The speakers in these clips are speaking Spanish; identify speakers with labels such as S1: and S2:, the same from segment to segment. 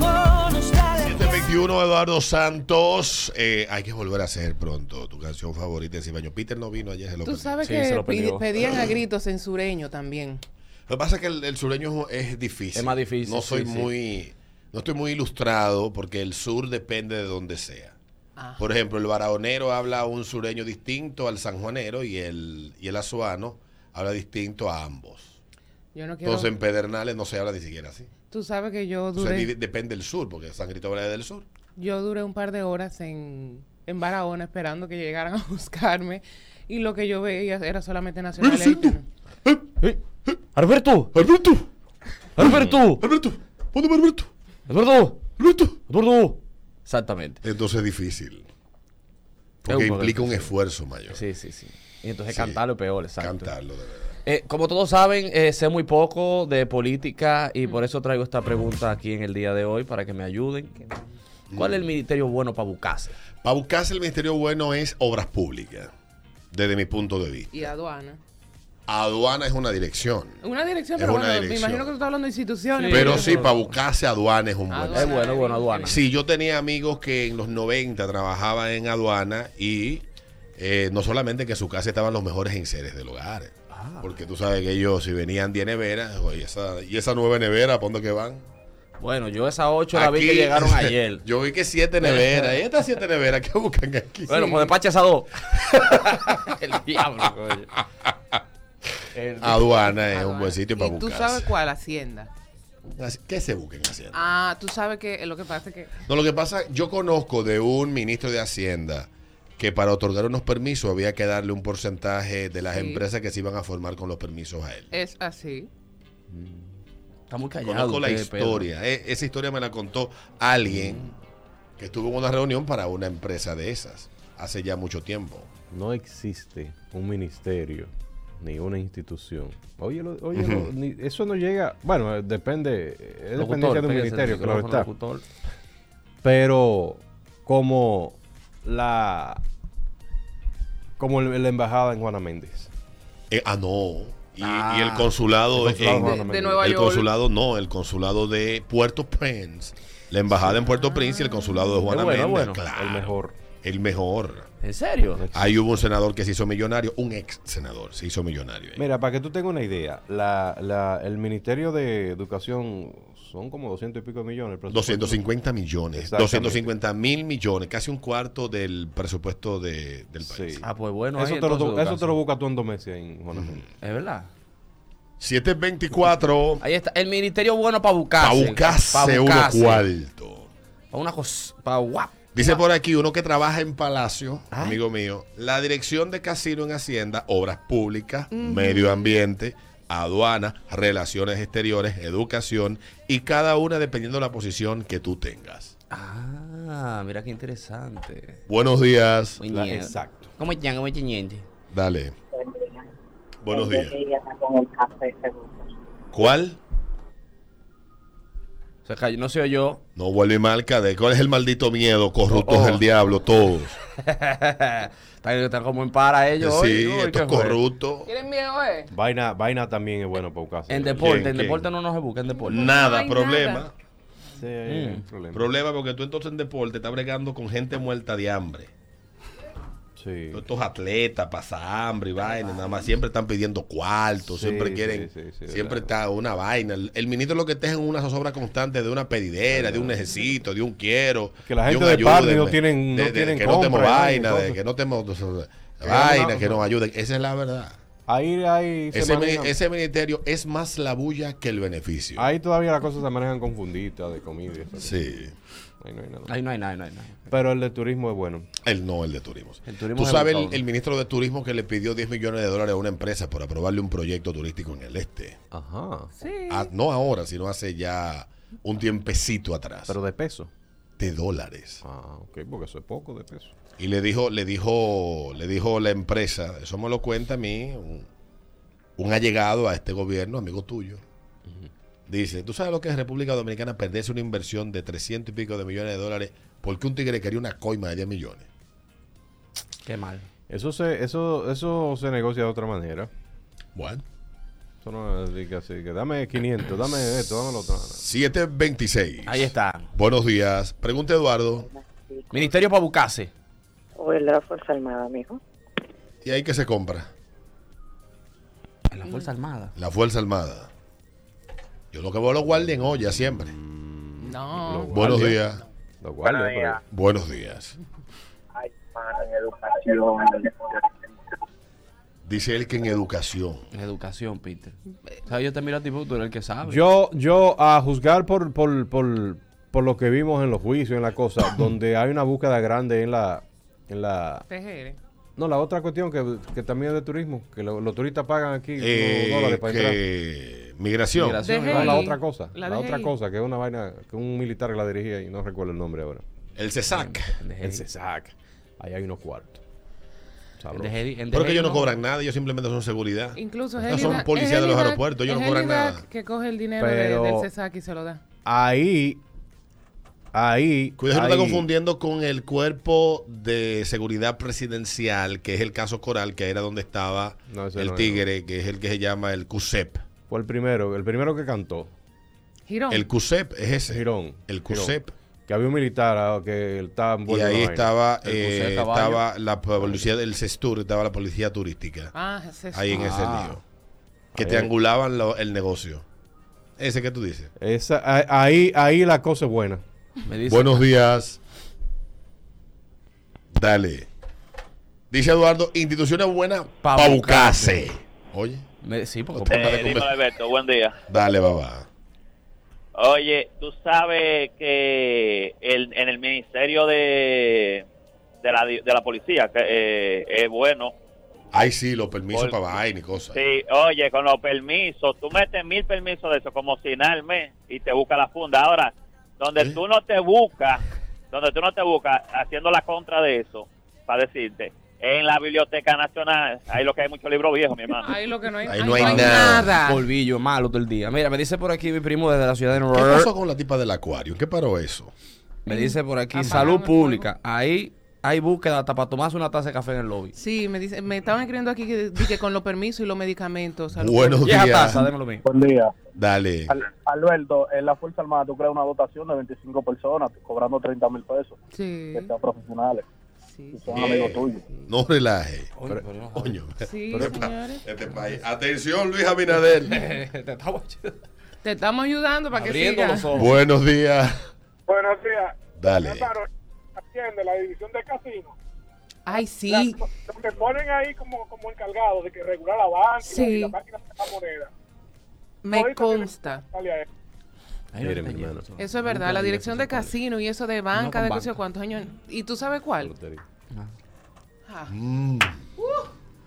S1: 721 Eduardo Santos, eh, hay que volver a hacer pronto tu canción favorita de ese año. Peter no vino ayer, se lo
S2: Tú
S1: perdí.
S2: sabes
S3: Sí,
S2: que
S3: se lo
S2: pidi-
S3: perdió.
S2: pedían a gritos en sureño también.
S1: Lo que pasa es que el, el sureño es, es difícil.
S3: Es más difícil,
S1: No soy
S3: sí, sí.
S1: muy, no estoy muy ilustrado porque el sur depende de donde sea.
S2: Ah.
S1: Por ejemplo, el barahonero habla un sureño distinto al sanjuanero y el, y el azuano habla distinto a ambos.
S2: Yo no quiero.
S1: Entonces en Pedernales no se habla ni siquiera así.
S2: tú sabes que yo
S1: O sea, di-
S2: duré,
S1: depende del sur, porque San Cristóbal es del sur.
S2: yo duré un par de horas en, en Barahona esperando que llegaran a buscarme y lo que yo veía era solamente nacional.
S1: Mira, Cintu.
S2: Haitiano.
S3: ¡Eh! ¡Alberto!
S1: Eh, Alberto,
S3: ¡Alberto!
S1: Alberto, póndeme Alberto,
S3: ¡Alberto!
S1: Alberto.
S3: ¡Alberto! Exactamente.
S1: Entonces es difícil.
S3: Es
S1: Porque
S3: un poco
S1: implica un
S3: difícil.
S1: esfuerzo mayor.
S3: Sí, sí, sí. Y entonces
S1: Sí.
S3: cantarlo es peor, exacto.
S1: Cantarlo, de verdad.
S3: Eh, como todos saben, eh, sé muy poco de política y por eso traigo esta pregunta aquí en el día de hoy para que me ayuden. ¿Cuál es el ministerio bueno para buscarse?
S1: Para buscarse el ministerio bueno es obras públicas, desde mi punto de vista.
S2: Y aduana.
S1: Aduana es una dirección.
S2: Una dirección,
S1: Es
S2: pero
S1: una
S2: bueno,
S1: dirección.
S2: me imagino que tú estás hablando de instituciones.
S1: Pero
S2: Yo-
S1: sí, para buscarse aduana es un buen.
S2: Aduana.
S3: Es bueno, bueno, aduana.
S1: Sí, yo tenía amigos que en los 90 trabajaban en aduana y eh, no solamente que en su casa estaban los mejores enseres del hogar.
S3: Ah.
S1: Porque tú sabes que ellos, si venían 10 neveras, oye, esa, y esa nueva nevera, ¿para dónde que van?
S3: Bueno, yo esas ocho la vi que
S1: Aquí-
S3: llegaron ayer.
S1: Yo vi que siete neveras. ¿Y estas siete neveras qué buscan aquí?
S3: Bueno, pues despacha esas dos. el diablo, coño. El-
S1: Aduana es un
S2: aduana.
S1: buen sitio para
S2: ¿Y tú
S1: buscar.
S2: sabes cuál? Hacienda.
S1: ¿Qué se busquen haciendo?
S2: Ah, tú sabes que eh, lo que pasa es que.
S1: No, lo que pasa, yo conozco de un ministro de Hacienda que para otorgar unos permisos había que darle un porcentaje de las
S2: Sí.
S1: empresas que se iban a formar con los permisos a él.
S2: Es así.
S3: Está muy callado.
S1: conozco la
S3: usted, Pedro.
S1: historia. E- esa historia me la contó alguien
S3: Mm.
S1: que estuvo en una reunión para una empresa de esas hace ya mucho tiempo.
S4: no existe un ministerio ni una institución. Oye, lo- oye lo- ni- eso no llega. Bueno, eh, depende. Es dependencia de un
S3: pégase el
S4: ministerio, claro
S3: micrófono,
S4: está.
S3: locutor.
S4: Pero como la. Como el- la embajada en Juana Méndez.
S1: Eh, ah, no. Y, y
S3: Ah,
S1: el consulado,
S4: el consulado
S1: en-
S4: de- de
S1: el
S2: Nueva York.
S1: consulado no, el consulado de Puerto Prince. La embajada en Puerto Prince y el consulado de Juana
S3: Es bueno, es
S1: Méndez,
S3: bueno.
S1: claro.
S4: El mejor.
S1: El mejor.
S3: ¿En serio?
S1: Ahí hubo un senador que se hizo millonario, un ex senador se hizo millonario. ahí.
S4: Mira, para que tú tengas una idea, la, la- el Ministerio de Educación son como 200 y pico de millones. el presupuesto.
S1: 250 millones,
S4: Exactamente.
S1: 250 mil millones, casi un cuarto del presupuesto de- del país.
S4: Sí.
S3: Ah, pues bueno.
S4: eso,
S3: ahí
S4: te lo,
S3: entonces,
S4: eso te lo
S3: Ducaso.
S4: buscas tú en dos meses ahí en Juana Méndez.
S3: Es verdad.
S1: 724
S3: Ahí está. El ministerio bueno para
S1: para
S3: buscarse.
S1: buscarse
S3: Pa'
S1: uno
S3: buscarse.
S1: cuarto.
S3: Pa' una cosa. Para guap.
S1: Dice por aquí uno que trabaja en Palacio, amigo mío, la dirección de casino en Hacienda, obras públicas, medio ambiente, aduana, relaciones exteriores, educación y cada una dependiendo de la posición que tú tengas.
S3: Ah, mira qué interesante.
S1: Buenos días.
S3: Muy
S4: La-
S3: bien.
S4: exacto.
S3: ¿Cómo están? ¿Cómo están, gente?
S1: Dale. Buenos días.
S5: Con el café seguro.
S1: ¿Cuál?
S3: Se cayó, no se oyó.
S1: No vuelve y marca de cuál es el maldito miedo, corruptos
S3: Oh.
S1: del diablo, todos.
S3: están, están como en para ellos. hoy,
S1: sí,
S3: hoy,
S1: estos
S3: ¿qué fue?
S1: corruptos.
S2: ¿Quieren miedo, eh?
S4: Vaina, vaina también es bueno para buscarse.
S3: En
S4: Sí,
S3: deporte,
S1: ¿Quién,
S3: en deporte
S1: quién?
S3: no nos se busca, en deporte.
S1: Nada,
S2: hay
S1: problema.
S2: nada.
S4: es un problema.
S1: Problema porque tú entonces en deporte estás bregando con gente muerta de hambre.
S4: Sí.
S1: Todos estos atletas, pasa hambre y vaina, nada más. Siempre están pidiendo cuartos,
S4: Sí,
S1: siempre
S4: sí,
S1: quieren.
S4: sí, sí,
S1: siempre está una vaina. El, el ministro lo que está es en una zozobra constante de una pedidera, de un necesito, de un quiero.
S4: Que la
S1: de
S4: gente
S1: un
S4: de Pardi no
S1: ayúdenme,
S4: tienen- no
S1: de- de
S4: tienen
S1: Que no te
S4: compra,
S1: mo-
S4: ¿no?
S1: vaina, de
S4: Entonces-
S1: que no te mo- vaina, que nos ayuden. Esa es la verdad.
S4: Ahí, ahí, se
S1: Ese, mi-
S4: manejan-
S1: ese ministerio es más la bulla que el beneficio.
S4: ahí todavía las cosas se manejan confundidas de comida. y eso.
S1: Sí.
S4: Ahí no hay nada.
S3: Ay, no hay nada, no hay nada.
S4: Pero el de turismo es bueno.
S1: El no, el de turismo.
S3: El turismo
S1: Tú
S3: es
S1: sabes
S3: brutal.
S1: el, el ministro de turismo que le pidió 10 millones de dólares a una empresa por aprobarle un proyecto turístico en el este.
S4: Ajá.
S2: Sí.
S1: Ah, no ahora, sino hace ya un tiempecito atrás.
S4: Pero de peso.
S1: de dólares.
S4: Ah, ok, porque eso es poco de peso.
S1: Y le dijo, le dijo, le dijo la empresa, eso me lo cuenta a mí, un, un allegado a este gobierno, amigo tuyo. Dice, ¿tú sabes lo que es República Dominicana perderse una inversión de 300 y pico de millones de dólares porque un tigre quería una coima de 10 millones?
S3: Qué mal.
S4: Eso se, eso, eso se negocia de otra manera.
S1: Bueno.
S4: Eso no es de que así, que dame 500, dame esto, dame lo otro.
S1: 726.
S3: Ahí está.
S1: Buenos días. Pregunta Eduardo.
S3: Ministerio Pabucase.
S5: O el de la Fuerza Armada, amigo.
S1: ¿Y ahí qué se compra?
S3: En la Fuerza Armada.
S1: La Fuerza Armada. Yo lo que veo los guardias en olla siempre.
S2: No.
S1: Buenos días.
S4: Lo cual, eh, pero-
S1: Buenos días.
S5: Ay, mano, en educación.
S1: Dice él que en educación.
S3: En educación, Peter. O sea, yo te miro a ti, porque tú eres el que sabe.
S4: Yo, yo, a juzgar por, por, por, por lo que vimos en los juicios, en la cosa, donde hay una búsqueda grande en la, en la,
S2: TGR.
S4: no, la otra cuestión que, que también es de turismo, que lo- los turistas pagan aquí unos
S1: Eh,
S4: dólares para entrar.
S1: que- migración.
S3: Migración.
S2: DGI.
S4: No, la otra cosa,
S2: La
S4: la, otra
S2: DGI.
S4: cosa, que es una vaina, que un militar que la dirigía y no recuerdo el nombre ahora.
S1: El CESAC.
S4: El CESAC, ahí hay unos cuartos. Sabroso.
S1: Pero que ellos no cobran nada, ellos simplemente son seguridad.
S2: Incluso es
S1: No
S2: el
S1: son
S2: IDAC-
S1: policías
S2: es
S1: de los
S2: el
S1: aeropuertos, ellos
S2: IDAC-
S1: no
S2: es el
S1: cobran nada.
S2: IDAC que coge el dinero de-
S4: Pero-
S2: del CESAC y se lo da.
S4: Ahí, ahí,
S1: Cuidado, no está
S4: ahí-
S1: confundiendo con el cuerpo de seguridad presidencial, que es el caso Coral, que era donde estaba
S4: No, ese
S1: el
S4: no es.
S1: tigre, que es el que se llama el CUSEP.
S4: fue el primero, el primero que cantó,
S2: Girón.
S1: El CUSEP es ese.
S4: Girón.
S1: El
S4: Girón.
S1: CUSEP.
S4: Que había un militar ah, que estaba
S1: Y
S4: envuelto en
S1: ahí
S4: la vaina.
S1: estaba,
S3: El
S1: eh,
S3: Cusep de caballo.
S1: estaba la policía del CESTUR, estaba la policía turística.
S2: Ah, ese
S1: ahí en ese
S3: Ah.
S1: lío. Que
S4: Ahí.
S1: triangulaban lo- el negocio. Ese que tú dices.
S4: Esa, a- ahí, ahí la cosa es buena.
S3: Me dice,
S1: Buenos días. Dale. Dice Eduardo, instituciones buenas
S3: Pa'
S1: pa' buscarse. Oye,
S3: me- sí, porque
S1: Usted-
S3: porque-
S6: Eh,
S1: Dale,
S6: dímelo,
S1: conver-
S6: Alberto, buen día.
S1: dale, babá.
S6: Oye, tú sabes que el- en el Ministerio de, de, la, de la Policía que, eh, es bueno.
S1: Ay, sí, los permisos
S6: Por-
S1: para vaina y cosas.
S6: Sí, oye, con los permisos, tú metes mil permisos de eso, como si nada al mes, y te busca la funda. Ahora, donde
S1: ¿Eh?
S6: tú no te buscas, donde tú no te buscas, haciendo la contra de eso, para decirte, en la Biblioteca Nacional, ahí lo que hay mucho libro viejo, mi hermano.
S2: Ahí lo que no hay,
S1: Ahí
S2: ahí
S1: no hay nada.
S2: nada.
S3: polvillo malo todo el día. Mira, me dice por aquí mi primo desde la ciudad de
S1: ¿Qué
S3: Nueva
S1: pasó
S3: York.
S1: con la tipa del acuario? ¿Qué paró eso?
S3: Me dice por aquí,
S2: Apagaron
S3: salud
S2: el
S3: pública. Ahí hay búsqueda hasta para tomarse una taza de café en el lobby.
S2: Sí, me, dice, me estaban escribiendo aquí que, di que con los permisos y los medicamentos. salud.
S1: Buenos
S3: Vieja
S1: días.
S3: taza, démelo mío.
S7: Buen día.
S1: Dale.
S7: Al- Alberto, en la Fuerza Armada tú creas una dotación de 25 personas cobrando 30 mil pesos
S2: Sí.
S7: que sean profesionales
S2: Sí,
S7: y
S2: sí,
S7: son
S1: Yeah.
S7: amigos tuyos.
S1: No relaje.
S3: Oye, pero no jodas.
S1: Coño.
S2: sí,
S1: Pero-
S2: señores.
S1: Este país. Atención, Luis Abinader.
S3: Te estaba ch-
S2: Te estamos ayudando para que
S3: abriendo
S2: sigas.
S3: los ojos.
S1: Buenos días.
S8: Buenos días.
S1: Dale.
S8: Claro, atiende la división de casino.
S2: Ay, sí.
S8: Los que ponen ahí como, como encargados de que regular la banca
S2: Sí.
S8: y la máquina de la moneda.
S2: Me consta.
S8: Dale a eso.
S3: Ahí no
S4: Miren,
S3: te
S4: mi
S3: llevo.
S4: hermano.
S2: Eso es verdad. La dirección de casino y eso de
S3: No
S2: banca,
S3: con
S2: de cosas,
S3: banca.
S2: ¿cuántos años? ¿Y tú sabes cuál?
S4: Lotería. Mm.
S2: Ah,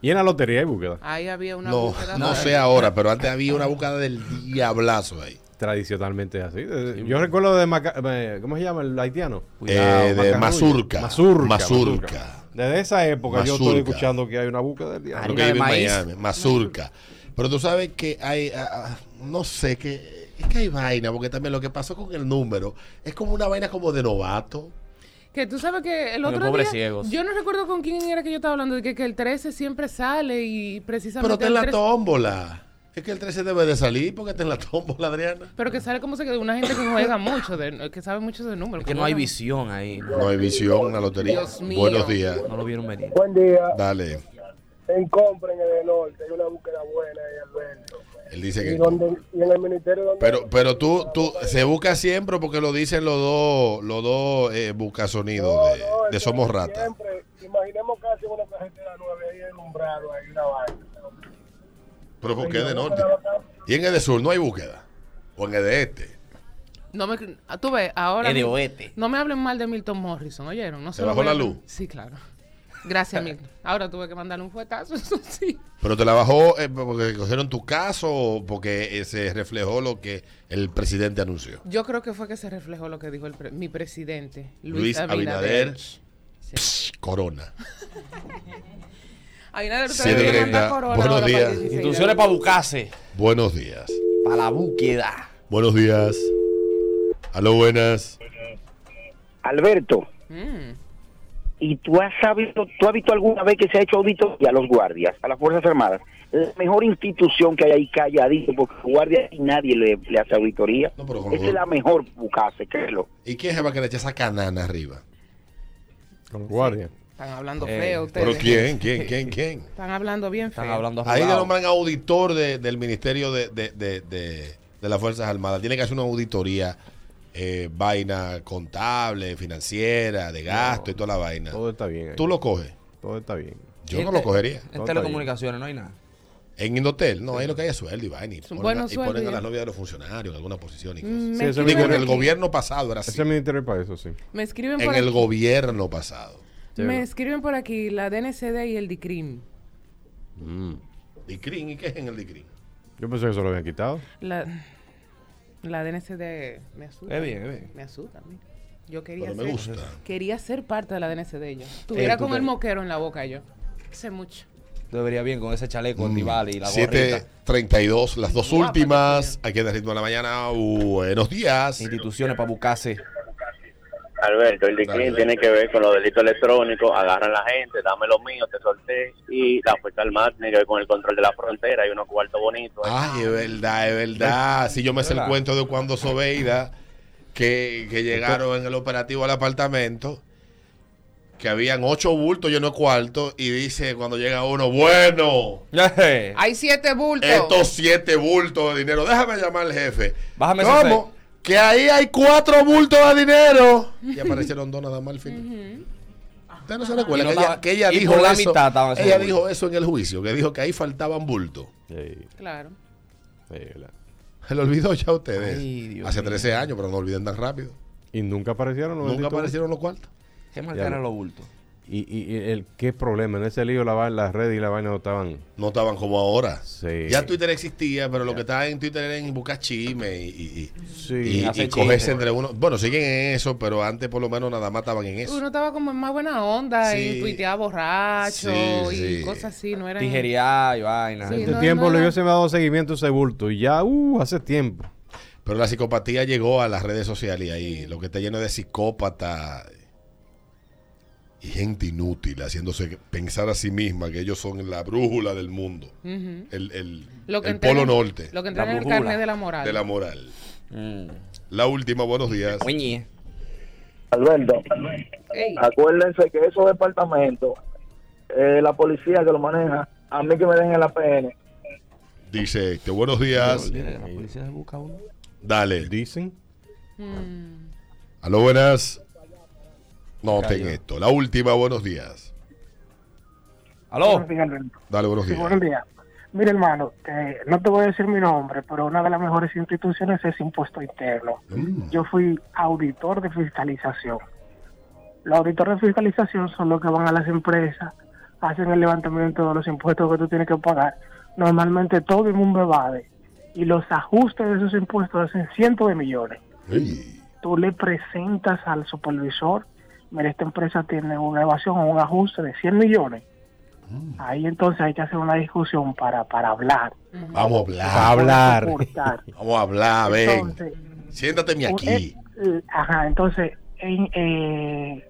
S4: Y en la lotería hay búsqueda.
S2: ahí había una
S1: No,
S2: búsqueda
S1: no
S2: para-
S1: sé ahora, pero antes había una búsqueda del diablazo ahí.
S4: Tradicionalmente es así. Eh, Yo recuerdo de. Maca- eh, ¿Cómo se llama el haitiano?
S1: Eh, de
S4: Macarrulla.
S1: Mazurca.
S4: Mazurca.
S1: Mazurca.
S4: Desde esa época yo
S1: Mazurca.
S4: estoy escuchando que hay una búsqueda del día.
S1: Lo
S3: Harina
S1: que
S3: de
S1: vive en
S3: maíz.
S1: Miami, mazurca. Pero tú sabes que hay, ah, ah, no sé, que, es que hay vaina, porque también lo que pasó con el número es como una vaina como de novato.
S2: Que tú sabes que el
S3: Los
S2: otro
S3: pobres
S2: día,
S3: ciegos.
S2: yo no recuerdo con quién era que yo estaba hablando, de que, que el 13 siempre sale y precisamente
S1: Pero está en
S2: el
S1: la
S2: 13
S1: tómbola. Es que el 13 debe de salir porque está en la tómbola, Adriana.
S2: Pero que sale como se queda una gente que juega mucho, de- que sabe mucho de números.
S3: Es que no hay
S2: juega.
S3: visión ahí. No,
S1: No hay visión, una lotería.
S2: Dios mío.
S1: Buenos días.
S3: no lo vieron venir.
S8: Buen día.
S1: Dale.
S8: En compra en el norte hay una búsqueda buena ahí, Alberto.
S1: Él dice que.
S8: y en el ministerio donde
S1: Pero, pero tú, tú, se busca siempre porque lo dicen los dos, los dos eh, buscasonidos de, de Somos Ratas.
S8: Siempre, imaginemos que hacen una caja gente de la 9 ahí deslumbrado ahí una vaina.
S1: Pero ¿por qué de norte? ¿Y en el de sur no hay búsqueda? ¿O en el de este?
S2: No me, ah, tú ves, ahora.
S3: Es de
S2: mi-
S3: oeste.
S2: No me hablen mal de Milton Morrison, ¿oyeron? No
S1: ¿Te
S2: lo
S1: bajó
S2: voy a-
S1: la luz?
S2: Sí, claro. Gracias, Milton. Ahora tuve que mandarle un fuetazo, eso sí.
S1: Pero te la bajó eh, porque cogieron tu caso o porque eh, se reflejó lo que el presidente anunció.
S2: Yo creo que fue que se reflejó lo que dijo el pre- mi presidente, Luis,
S1: Luis
S2: Abinader.
S1: Abinader, psh, corona.
S2: Abinader, usted
S1: Siete
S2: le
S1: treinta.
S2: manda corona
S1: Buenos
S2: ahora para
S1: días.
S2: el 16 de
S3: Instituciones para buscarse.
S1: Buenos días.
S3: Para la búsqueda.
S1: Buenos días. Aló, buenas.
S9: Alberto,
S2: Mm.
S9: ¿y tú has sabido, tú has visto alguna vez que se ha hecho auditoría a los guardias, a las Fuerzas Armadas? La mejor institución que hay ahí calladito, porque los guardias y nadie le, le hace auditoría.
S1: pero con los
S9: Esa es la mejor bucase, créelo.
S1: ¿Y quién es el que le echa esa canana arriba?
S4: Guardia.
S2: Están hablando
S1: Eh,
S2: feo ustedes.
S1: ¿Pero quién? ¿Quién? ¿Quién? ¿Quién?
S2: Están hablando bien feo.
S1: Ahí le nombran auditor de- del Ministerio de, de- de- de- de las Fuerzas Armadas. Tiene que hacer una auditoría, eh, vaina contable, financiera, de gasto y toda la vaina.
S4: Todo está bien. ahí.
S1: ¿Tú lo coges?
S4: Todo está bien.
S1: Yo no
S3: Este,
S1: lo cogería.
S3: En telecomunicaciones no hay nada.
S1: En Indotel, no, ahí lo que hay es sueldo y vaina. Y
S3: un
S1: ponen,
S3: buen
S1: a, y
S3: sueldo,
S1: ponen
S3: ya.
S1: a las novias de los funcionarios en alguna posición. Y cosas.
S2: Me
S4: Sí, eso
S1: Digo, en
S4: me-
S1: el gobierno pasado era así.
S4: Ese ministerio es para eso, sí.
S2: Me escriben
S1: En
S2: por
S1: el
S2: aquí-
S1: gobierno pasado.
S2: Me escriben por aquí la DNCD y el DICRIM.
S1: ¿Dicrin? ¿Y qué es en el Dicrin?
S4: Yo pensé que eso lo habían quitado.
S2: La, la DNCD me asusta.
S4: Es bien, es bien.
S2: Me asusta a mí. Yo quería
S4: Pero
S2: ser,
S4: me gusta.
S2: quería ser parte de la DNCD yo.
S1: Eh,
S2: Tuviera
S3: tú
S2: con
S3: te-
S2: el moquero en la boca yo. Sé mucho.
S3: Tú deberías bien con ese chaleco
S1: Mm.
S3: antival y la gorrita. pues,
S1: 7.32, las dos últimas. Aquí en el ritmo de la mañana. Buenos días.
S3: Instituciones para buscarse.
S6: Alberto, el DICRIM tiene que ver con los delitos electrónicos, agarran la gente, dame lo mío, te solté, y la Fuerza Armada tiene que ver con el control de la frontera, hay unos cuartos bonitos. ¿eh?
S8: Ah.
S1: Ay, es verdad, es verdad. Si yo me sé el cuento de cuando Sobeida, que, que llegaron en el operativo al apartamento, que habían ocho bultos llenos de cuartos, y dice cuando llega uno, bueno,
S2: Hay siete bultos.
S1: estos siete bultos de dinero, déjame llamar al jefe.
S3: Bájame ese
S1: ¿Cómo? Que ahí hay cuatro bultos de dinero. Y aparecieron dos nada más al final. Usted no se recuerda
S3: Y no
S1: que,
S3: estaba-
S1: ella, que ella
S3: y
S1: dijo
S3: por la
S1: eso.
S3: mitad estaban esos
S1: ella
S3: bultos.
S1: dijo eso en el juicio, que dijo que ahí faltaban bultos.
S2: Claro.
S1: Se lo olvidó ya a ustedes.
S3: Ay, Dios
S1: Hace
S3: mío.
S1: 13 años, pero no olviden tan rápido.
S4: Y nunca aparecieron los
S1: Nunca
S4: benditos
S1: aparecieron los cuartos.
S3: ¿Qué mal
S4: Ya
S3: eran
S4: lo-
S3: los bultos?
S4: Y, y- y el qué problema, en ese lío la, va- las redes y la vaina no estaban.
S1: No estaban como ahora.
S4: Sí.
S1: Ya Twitter existía, pero lo que estaba en Twitter era en buscar chisme y, y, y- y- y
S4: Hacer
S1: cogerse
S4: chisme.
S1: entre uno. Bueno, siguen en eso, pero antes por lo menos nada más estaban en eso.
S2: Uno estaba como en más buena onda
S1: Sí.
S2: y tuiteaba borracho
S1: Sí,
S2: y
S1: sí.
S2: cosas así. No eran...
S3: Tijería y vaina.
S2: Sí,
S4: este
S2: no,
S4: tiempo
S2: no,
S4: le
S2: no.
S4: hubiese dado seguimiento a ese bulto. Y ya, uh, hace tiempo.
S1: Pero la psicopatía llegó a las redes sociales y ahí lo que está lleno de psicópatas y gente inútil haciéndose pensar a sí misma que ellos son la brújula del mundo.
S2: Ujú.
S1: El, el-
S2: Lo que
S1: el
S2: entrega-
S1: polo norte.
S2: Lo que entrega en el carnet de la moral.
S1: De la moral.
S3: Mm.
S1: La última, buenos días.
S8: Alberto, acuérdense que esos departamentos, eh, la policía que lo maneja, a mí que me dejen la PN.
S1: Dice este, buenos días.
S3: La policía se busca uno.
S1: Dale.
S4: Dicen.
S1: Aló, buenas. Noten
S3: Cayó.
S1: esto. La última, buenos días.
S3: Aló.
S1: Dale, buenos
S8: Sí,
S1: días.
S8: buenos días. Mira, hermano, eh, no te voy a decir mi nombre, pero una de las mejores instituciones es Impuesto Interno. Yo fui auditor de fiscalización. Los auditores de fiscalización son los que van a las empresas, hacen el levantamiento de los impuestos que tú tienes que pagar. Normalmente todo el mundo evade y los ajustes de esos impuestos hacen cientos de millones.
S1: Ey,
S8: Tú le presentas al supervisor, mira, esta empresa tiene una evasión o un ajuste de 100 millones. Ahí entonces hay que hacer una discusión para, para hablar.
S1: Vamos a hablar.
S4: A hablar.
S8: Cortar.
S1: Vamos a hablar, ven.
S8: Entonces,
S1: Siéntateme aquí.
S8: eh, ajá, entonces, en, eh,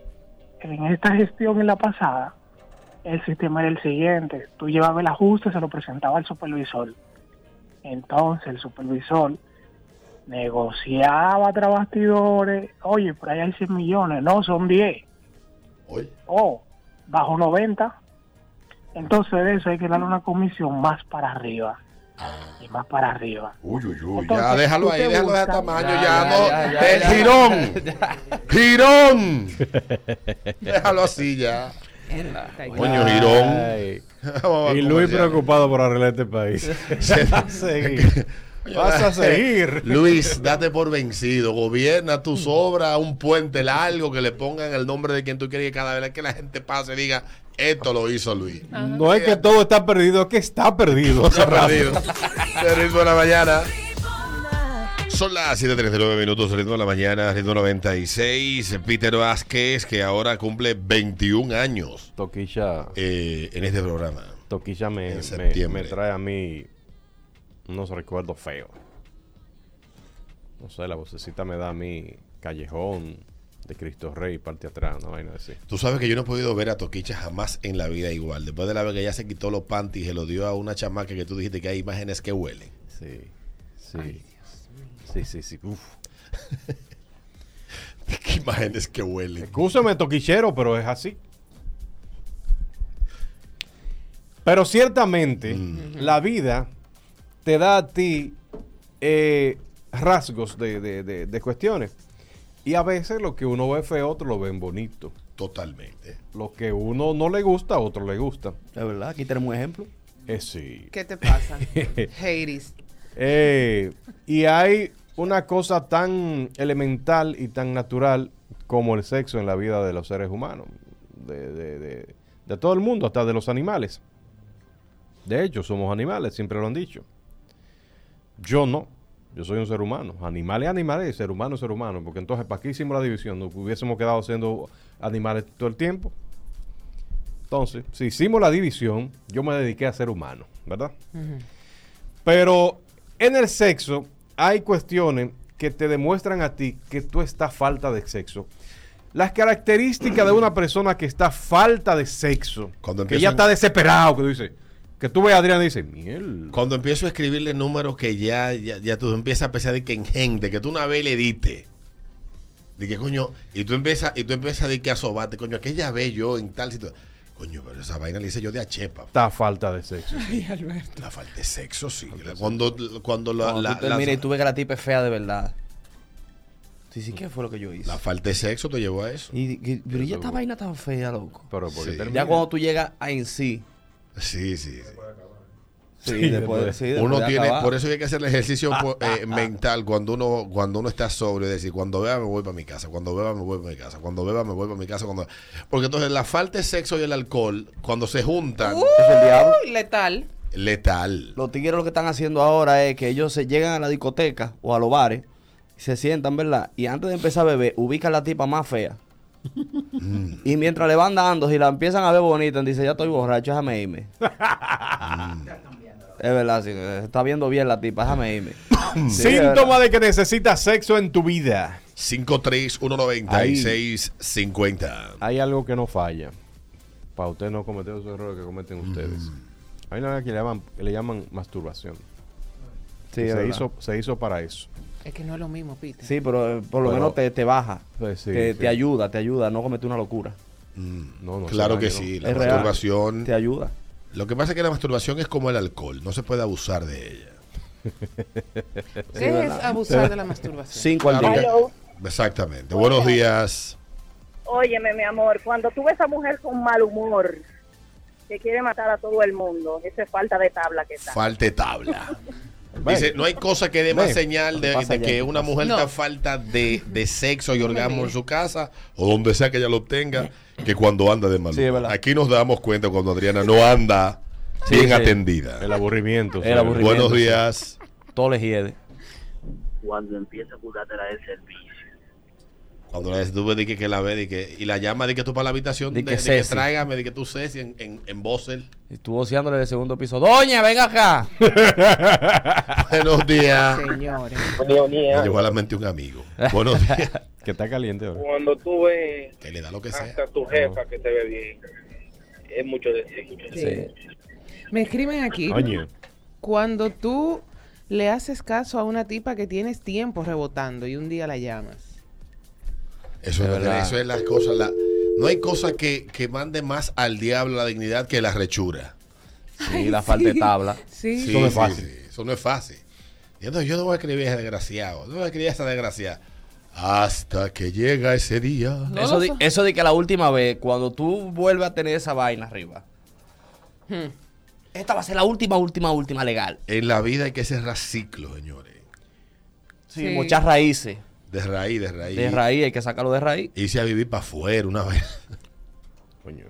S8: en esta gestión en la pasada, el sistema era el siguiente. Tú llevabas el ajuste, se lo presentaba al supervisor. Entonces, el supervisor negociaba tras bastidores. Oye, por ahí hay 100 millones. No, son 10.
S1: Oye.
S8: Oh, bajo 90. Entonces, de eso hay que darle una comisión más para arriba. Y más para arriba.
S1: Uy, uy, uy.
S8: Entonces,
S1: ya, déjalo
S8: tú
S1: ahí,
S8: te
S1: déjalo de
S8: buscas-
S1: tamaño. Ya,
S3: Ya, ya,
S1: no.
S3: ya,
S1: Eh,
S3: ya,
S1: del
S3: ya.
S1: girón. Girón. déjalo así ya. Coño, Girón.
S4: Ay.
S1: Vamos
S4: Y
S1: a
S4: Luis
S1: comerciales.
S4: preocupado por arreglar este país. Vas a seguir. Vas a seguir.
S1: Luis, date por vencido. Gobierna tus obras, un puente largo que le pongan el nombre de quien tú quieres y cada vez que la gente pase diga, esto lo hizo Luis.
S4: No es que todo está perdido, es que está perdido.
S1: Está perdido. El ritmo de la mañana. Son las 7.39 minutos, el ritmo de la mañana, ritmo 96. Peter Vázquez, que ahora cumple 21 años
S4: Toquilla,
S1: eh, en este programa.
S4: Toquilla me,
S1: En
S4: me-
S1: septiembre.
S4: me trae a mí unos recuerdos feos. No sé, la vocecita me da a mí Callejón de Cristo Rey, parte atrás, una vaina así.
S1: Tú sabes que yo no he podido ver a Toquicha jamás en la vida igual. Después de la vez que ella se quitó los panties y se los dio a una chamaca que tú dijiste que hay imágenes que huelen.
S4: Sí, sí. sí, sí, sí. Uf.
S1: ¿Qué imágenes que huelen?
S4: Excúseme, toquillero, pero es así. Pero ciertamente, la vida te da a ti eh, rasgos de, de- de- de cuestiones. Y a veces lo que uno ve feo, otro lo ven bonito.
S1: Totalmente.
S4: Lo que uno no le gusta, a otro le gusta.
S3: La verdad, aquí tenemos un ejemplo.
S4: Eh, sí.
S2: ¿Qué te pasa? Hades.
S4: Eh, y hay una cosa tan elemental y tan natural como el sexo en la vida de los seres humanos, de, de- de- de todo el mundo, hasta de los animales. De hecho, somos animales, siempre lo han dicho. Yo no, yo soy un ser humano. Animal es animal y ser humano es ser humano, porque entonces, ¿para qué hicimos la división? Nos hubiésemos quedado siendo animales todo el tiempo. Entonces, si hicimos la división, yo me dediqué a ser humano, ¿verdad? Pero en el sexo hay cuestiones que te demuestran a ti que tú estás falta de sexo. Las características de una persona que está falta de sexo,
S1: Cuando
S4: que ya
S1: empiezan-
S4: está desesperado, que tú dices, que tú ves a Adrián y dices, miel.
S1: Cuando empiezo a escribirle números que ya, ya, ya tú empiezas a pensar de que en gente, que tú una vez le diste. De que coño, y tú empiezas, y tú empiezas de que a sobarte, coño, aquella vez yo en tal situación. Coño, pero esa vaina le hice yo de achepa.
S4: Está falta de sexo.
S2: Ay, Alberto.
S1: La falta de sexo, sí. Cuando, cuando la,
S3: Cuando
S1: la-
S3: tú terminas
S1: la-
S3: y tú ves que la tipa es fea de verdad. Tú dices, ¿qué fue lo que yo hice?
S1: la falta de sexo te llevó a eso.
S3: Y, y- pero ¿y esta vaina tan fea, loco.
S4: Pero porque
S1: Sí.
S3: Ya cuando tú llegas a en sí.
S1: Sí, sí. sí.
S3: Sí,
S4: Sí,
S3: después,
S4: después.
S3: sí, después
S1: Uno
S3: de
S1: tiene,
S3: acabar.
S1: por eso hay que hacer el ejercicio po- eh, mental cuando uno, cuando uno está sobrio, es decir, cuando beba me voy para mi casa, cuando beba me voy para mi casa, cuando beba me voy para mi casa, cuando porque entonces la falta de sexo y el alcohol, cuando se juntan,
S3: Es el diablo.
S2: Uy, letal.
S1: letal.
S3: Los tigres lo que están haciendo ahora es que ellos se llegan a la discoteca o a los bares, se sientan, ¿verdad? Y antes de empezar a beber, ubican la tipa más fea. y mientras le van dando, si la empiezan a ver bonita, dice, ya estoy borracho, déjame irme. es verdad, sí, se está viendo bien la tipa, déjame irme. Sí, es verdad.
S4: Síntoma de que necesitas sexo en tu vida.
S1: 5319650.
S4: Hay algo que no falla. Para usted no cometer los errores que cometen
S1: Mm.
S4: ustedes. Hay una vaina que le llaman, le llaman masturbación.
S3: Sí,
S4: Y
S3: es
S4: se,
S3: verdad.
S4: hizo, se hizo para eso.
S2: Es que no es lo mismo, Peter.
S3: Sí, pero eh, por lo
S4: Pero-
S3: menos te, te baja.
S4: Pues sí,
S3: te,
S4: sí.
S3: te ayuda, te ayuda, no comete una locura.
S4: No, no,
S1: Claro
S4: se
S1: que
S4: dañó.
S1: sí, la
S3: Es real.
S1: masturbación.
S3: Te ayuda.
S1: Lo que pasa es que la masturbación es como el alcohol, no se puede abusar de ella.
S2: ¿Qué es abusar de la masturbación?
S3: Cinco al día.
S1: Claro
S5: Hello.
S1: que- Exactamente. Buenos días.
S5: Óyeme, mi amor, cuando tú ves a esa mujer con mal humor, que quiere matar a todo el mundo, esa es falta de tabla que está.
S1: Falte tabla.
S4: Ven.
S1: Dice, no hay cosa que dé más
S4: Ven.
S1: señal de,
S3: Lo que pasa
S1: de
S3: allá
S1: que
S3: en tu
S1: una
S3: casa.
S1: mujer
S2: No.
S1: está falta de, de sexo y orgasmo en
S2: mires.
S1: su casa o donde sea que ella lo obtenga que cuando anda de mal.
S3: Sí, es
S1: humor.
S3: verdad.
S1: Aquí nos damos cuenta cuando Adriana no anda
S3: Sí,
S1: bien
S3: sí.
S1: atendida.
S4: El aburrimiento.
S3: El
S4: señor.
S3: aburrimiento.
S1: Buenos días.
S3: Todo le hiede.
S9: Cuando empieza a curártela el servicio.
S1: Cuando la ves, tú ves de que, que la ve de que, y la llama de que tú para la habitación,
S3: De
S1: de,
S3: que
S1: de que
S3: Ceci.
S1: tráigame, de que tú Ceci en, en, en Bosel.
S3: Estuvo voceándole del segundo piso. Doña, venga acá.
S1: Buenos días.
S2: Señores.
S1: Me llegó a la mente un amigo. Buenos días.
S4: Que está caliente ahora.
S7: Cuando tú ves
S1: Que le da lo que sea.
S7: hasta tu jefa que te ve bien, es mucho decir.
S2: Sí. Me escriben aquí.
S4: Coño.
S2: Cuando tú le haces caso a una tipa que tienes tiempo rebotando y un día la llamas.
S1: Eso,
S3: De
S1: no tiene-
S3: verdad.
S1: eso es la cosa. La, no hay cosa que, que mande más al diablo la dignidad que la rechura.
S3: Sí, la falta de tabla.
S2: Sí.
S1: Sí,
S4: no es
S1: sí,
S4: fácil.
S1: sí, eso no es fácil. Y entonces yo no voy a escribir a ese desgraciado. No voy a escribir a esa desgraciada. Hasta que llega ese día.
S3: eso, di- eso de que la última vez, cuando tú vuelves a tener esa vaina arriba, esta va a ser la última, última, última legal.
S1: En la vida hay que cerrar ciclos, señores.
S3: Sí, muchas raíces.
S1: De raíz, de raíz.
S3: De raíz, hay que sacarlo de raíz.
S1: Irse a vivir para afuera una vez. Coño.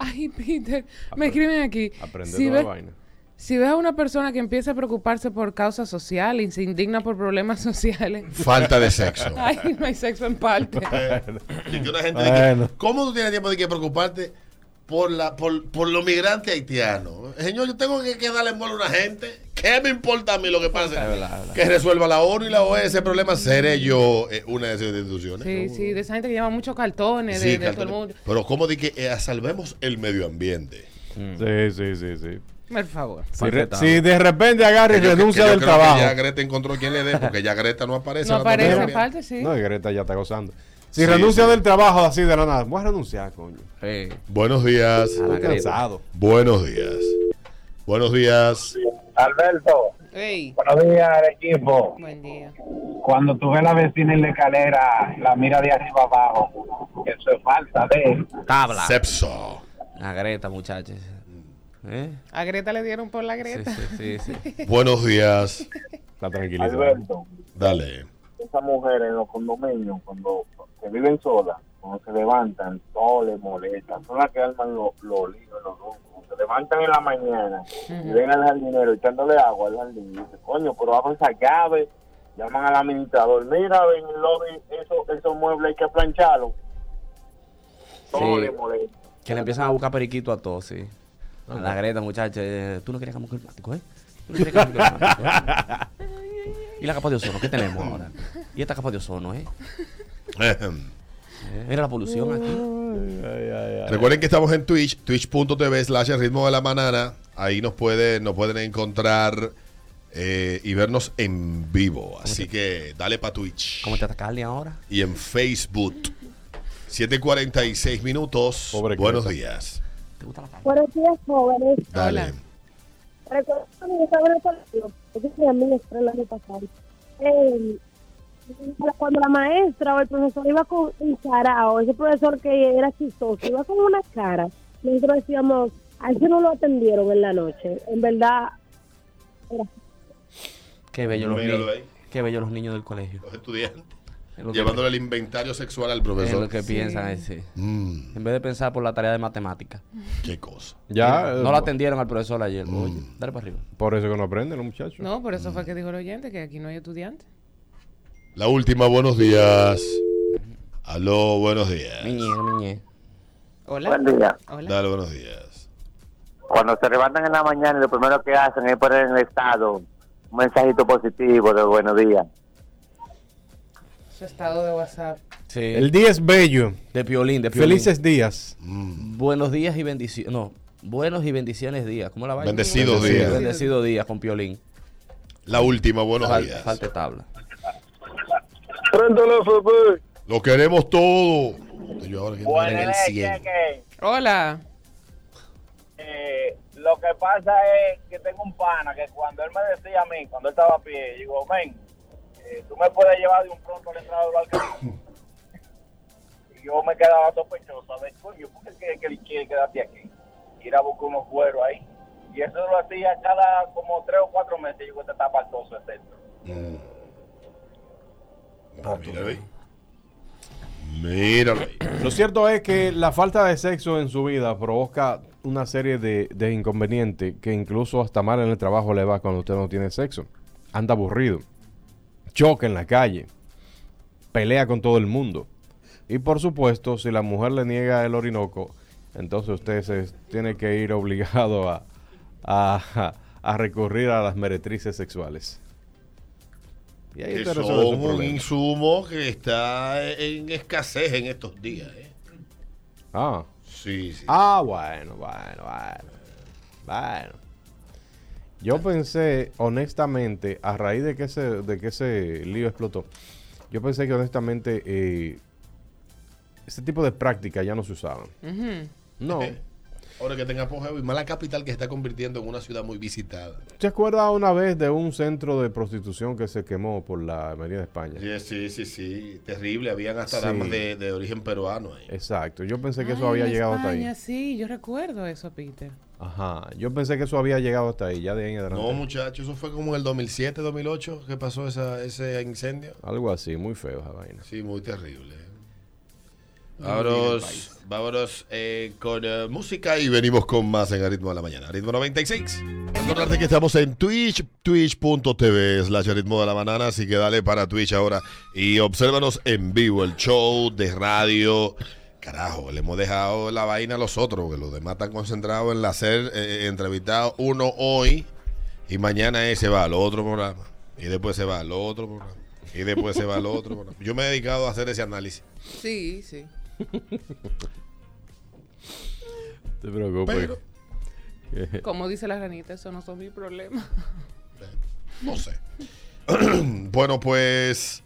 S2: Ay, Peter, me escriben aquí.
S4: aprende
S2: si
S4: nueva
S2: ve-
S4: vaina.
S2: Si ves a una persona que empieza a preocuparse por causas sociales y se indigna por problemas sociales.
S1: Falta de sexo.
S2: Ay, no hay sexo en parte.
S1: Y que una gente de
S4: Bueno.
S1: que, ¿Cómo tú tienes tiempo de que preocuparte por la por, por los migrantes haitianos? Señor, yo tengo que, que darle bola a una gente. ¿Qué me importa a mí lo que pase? Que resuelva la ONU y la OEA ese problema. Seré yo eh, una de esas instituciones.
S2: Sí, sí, de esa gente que lleva muchos cartones de,
S1: Sí,
S2: de todo el
S1: Cartone.
S2: mundo.
S1: Pero ¿cómo de que eh, salvemos el medio ambiente? Mm.
S4: Sí, sí, sí, sí.
S2: Por favor.
S4: Si, re- si de repente agarra y
S1: Que yo- que
S4: renuncia
S1: yo
S4: del
S1: creo que
S4: trabajo.
S1: ya Greta encontró quien le dé, porque ya Greta no aparece.
S2: No
S1: hablando de
S2: aparece,
S1: medio ambiente.
S2: aparte, sí.
S4: No, y Greta ya está gozando. Si
S1: Sí,
S4: renuncia
S1: sí.
S4: del trabajo así de la nada, voy a renunciar, coño.
S1: Buenos días.
S4: Estoy cansado.
S1: Buenos días. Buenos días.
S7: Alberto,
S2: Ey,
S7: buenos días al equipo.
S2: buen día.
S7: Cuando tú ves la vecina en la escalera, la mira de arriba abajo. Eso es falta de...
S3: Tabla.
S1: Sepso.
S3: La greta, muchachos. ¿Eh?
S2: A Greta le dieron por la Greta.
S3: Sí, sí, sí.
S1: Buenos días.
S4: Está tranquilizado.
S7: Alberto,
S1: Dale.
S7: esas mujeres en los condominios, cuando se viven solas, cuando se levantan, todo les molesta. Son las que arman los los líos, los grupos. Se levantan en la mañana y ven al jardinero echándole agua al jardín. Y dicen, coño, pero abran esa llave. Llaman al administrador. Mira, ven, el lobby, eso- esos muebles hay que plancharlos. Todo
S3: Sí.
S7: les molesta.
S3: Que le empiezan a buscar periquito a todos, sí. A la greta, muchachos. eh, Tú no querías cambiar el plástico, ¿eh? Tú no querías cambiar el plástico, ¿eh? ¿Y la capa de ozono? ¿Qué tenemos ahora? ¿Y esta capa de ozono, eh? Eh, Mira la polución aquí.
S1: Recuerden que estamos en Twitch, twitch.tv slash el ritmo de la manana. Ahí nos, puede, nos pueden encontrar eh, y vernos en vivo. Así que dale para Twitch.
S3: ¿Cómo te atacarle ahora?
S1: Y en Facebook. 7.46 minutos.
S4: Pobre
S1: Buenos
S4: Greta.
S1: días.
S3: ¿Te gusta la cara?
S5: Buenos días, jóvenes.
S1: Dale.
S2: Hola.
S5: Recuerdo cuando yo estaba en el colegio, yo tenía maestra el año pasado. Eh, cuando la maestra o el profesor iba con un carao, ese profesor que era chistoso, iba con una cara, nosotros decíamos, a ese no lo atendieron en la noche. En verdad,
S3: Qué bello los
S1: Míralo
S3: niños.
S1: ahí.
S3: Qué bello los niños del colegio.
S1: Los estudiantes.
S3: Es lo que-
S1: Llevándole el inventario sexual al
S3: es
S1: profesor.
S3: lo que piensan, eh, sí.
S1: Mm,
S3: En vez de pensar por la tarea de matemática.
S1: qué cosa.
S4: Ya,
S3: no
S4: eh,
S3: la atendieron al profesor ayer.
S1: Mm.
S3: Oye, dale para arriba.
S4: Por eso que no aprenden los muchachos.
S2: No, por eso fue que dijo el oyente que aquí no hay estudiantes.
S1: La última, buenos días. Aló, buenos días.
S3: Miñe, miñe.
S2: Hola.
S9: Buen día.
S2: Hola.
S1: Dale, buenos días.
S9: Cuando se levantan en la mañana, lo primero que hacen es poner en el estado un mensajito positivo de buenos días.
S2: Su estado de WhatsApp.
S3: Sí.
S4: El día es bello.
S3: de piolín, de piolín.
S4: Felices días.
S3: Buenos días y bendiciones. No, buenos y bendiciones días. ¿Cómo la vaina?
S1: Bendecidos
S3: Bendecido-
S1: días.
S3: Bendecidos días con piolín.
S1: La última, buenos
S3: Fal-
S1: días.
S3: Falte tabla.
S1: Lo queremos todo. Yo ahora que no era en el 100.
S7: que...
S2: Hola.
S7: Eh, lo que pasa es que tengo un pana que cuando él me decía a mí, cuando él estaba a pie, digo, ven, eh, tú me puedes llevar de un pronto a la entrada del balcón. y yo me quedaba sospechoso, a ver, coño, ¿por qué es que, que él quiere quedarte aquí? Ir a buscar unos cueros ahí. Y eso lo hacía cada como tres o cuatro meses, yo que está faltoso el centro.
S1: Ah, Míralo ahí. Míralo ahí.
S4: Lo cierto es que la falta de sexo en su vida provoca una serie de, de inconvenientes que incluso hasta mal en el trabajo le va cuando usted no tiene sexo. Anda aburrido, choca en la calle, pelea con todo el mundo. Y por supuesto, si la mujer le niega el Orinoco, entonces usted se tiene que ir obligado a, a, a recurrir a las meretrices sexuales. Y ahí
S1: Que
S4: usted
S1: son
S4: resuelve su
S1: un
S4: problema.
S1: insumo que está en escasez en estos días. ¿eh?
S4: Ah.
S1: Sí, sí.
S4: Ah, bueno, bueno, bueno. Bueno. Yo pensé, honestamente, a raíz de que ese, de que ese lío explotó, yo pensé que honestamente eh, ese tipo de prácticas ya no se usaban. No.
S1: Ahora que tenga apogeo y más la capital que se está convirtiendo en una ciudad muy visitada.
S4: ¿Te acuerdas una vez de un centro de prostitución que se quemó por la Avenida de España?
S1: Sí, sí, sí, sí. Terrible. Habían hasta
S4: Sí.
S1: damas de, de origen peruano ahí.
S4: Exacto, yo pensé que
S2: Ay,
S4: eso había
S2: en
S4: llegado hasta
S2: España,
S4: ahí.
S2: Sí, yo recuerdo eso, Peter.
S4: Ajá, yo pensé que eso había llegado hasta ahí, ya de ahí en adelante.
S1: No, muchachos, eso fue como en el 2007, 2008 que pasó esa- ese incendio.
S4: Algo así, muy feo esa vaina.
S1: Sí, muy terrible. ¿eh?
S4: Muy bien el
S1: Vámonos,
S4: país.
S1: vámonos eh, con eh, música y venimos con más en Ritmo de la Mañana. Ritmo 96. Recordarte que estamos en Twitch, twitch.tv slash Ritmo de la Mañana, así que dale para Twitch ahora y obsérvanos en vivo el show de radio. Carajo, le hemos dejado la vaina a los otros, que los demás están concentrados en la ser eh, entrevistados uno hoy y mañana eh, se va al otro programa y después se va al otro programa y después se va al otro programa. Yo me he dedicado a hacer ese análisis.
S2: Sí, sí.
S4: Te preocupes.
S1: Pero-
S2: Como dice la ranita, eso no son mis problemas.
S1: No sé. bueno, pues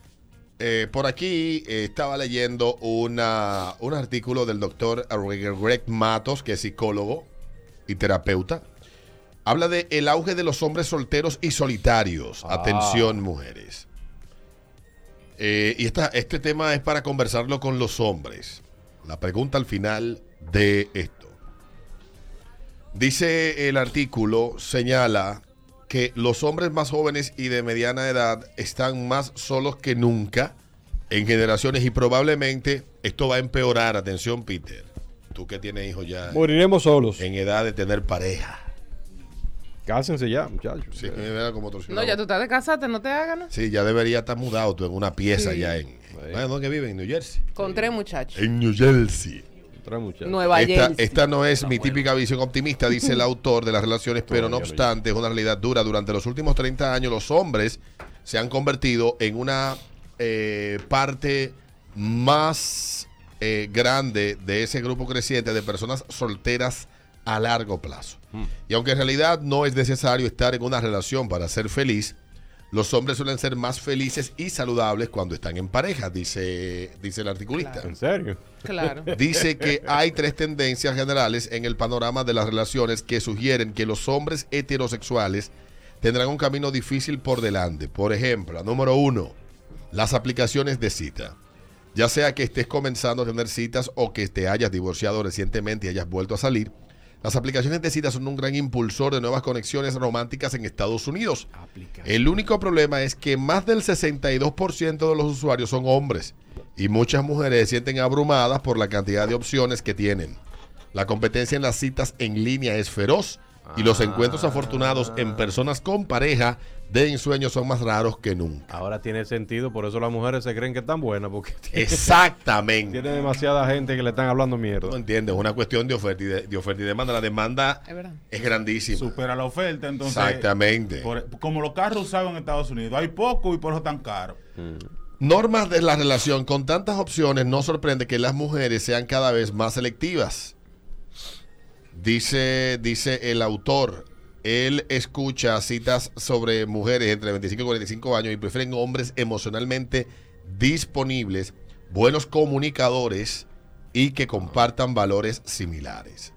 S1: eh, por aquí eh, estaba leyendo una, un artículo del doctor Greg Matos, que es psicólogo y terapeuta. Habla de el auge de los hombres solteros y solitarios.
S4: Ah.
S1: Atención, mujeres. Eh, y esta- este tema es para conversarlo con los hombres. La pregunta al final de esto. Dice el artículo, señala que los hombres más jóvenes y de mediana edad están más solos que nunca en generaciones y probablemente esto va a empeorar. Atención, Peter. Tú que tienes hijos ya
S4: Moriremos solos.
S1: en edad de tener pareja.
S4: Cásense ya, muchachos.
S1: Sí, era como torsionado.
S2: No, ya tú estás de casarte, no te hagan. ¿no?
S1: Sí, ya debería estar mudado tú en una pieza
S2: Sí.
S1: ya en... Bueno, ¿Dónde vive? En New Jersey.
S2: Con tres muchachos.
S1: En New Jersey.
S4: Trae muchachos.
S2: Nueva
S1: esta,
S2: Jersey.
S1: esta no es mi típica visión optimista, dice el autor de las relaciones, pero
S4: Todavía
S1: no
S4: lo
S1: obstante es una realidad dura. Durante los últimos 30 años los hombres se han convertido en una eh, parte más eh, grande de ese grupo creciente de personas solteras a largo plazo. Y aunque en realidad no es necesario estar en una relación para ser feliz, los hombres suelen ser más felices y saludables cuando están en pareja, dice, dice el articulista.
S4: ¿En serio?
S2: Claro.
S1: Dice que hay tres tendencias generales en el panorama de las relaciones que sugieren que los hombres heterosexuales tendrán un camino difícil por delante. Por ejemplo, la número uno, las aplicaciones de cita. Ya sea que estés comenzando a tener citas o que te hayas divorciado recientemente y hayas vuelto a salir, las aplicaciones de citas son un gran impulsor de nuevas conexiones románticas en Estados Unidos. El único problema es que más del 62% de los usuarios son hombres y muchas mujeres se sienten abrumadas por la cantidad de opciones que tienen. La competencia en las citas en línea es feroz y los encuentros afortunados en personas con pareja de ensueño son más raros que nunca.
S4: Ahora tiene sentido, por eso las mujeres se creen que están buenas, porque
S1: Exactamente.
S4: tiene demasiada gente que le están hablando
S1: No
S4: mierda.
S1: entiendes, es una cuestión de oferta y, de, de oferta y demanda. La demanda
S2: Es verdad.
S1: es grandísima.
S10: Supera la oferta, entonces.
S1: Exactamente.
S10: por- como los carros usados en Estados Unidos, hay poco y por eso tan caro.
S1: Normas de la relación con tantas opciones no sorprende que las mujeres sean cada vez más selectivas. Dice, dice el autor, él escucha citas sobre mujeres entre 25 y 45 años y prefieren hombres emocionalmente disponibles, buenos comunicadores y que compartan valores similares.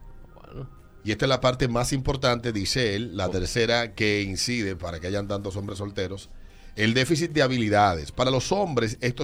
S1: Y esta es la parte más importante, dice él, la tercera que incide para que hayan tantos hombres solteros, el déficit de habilidades. Para los hombres esto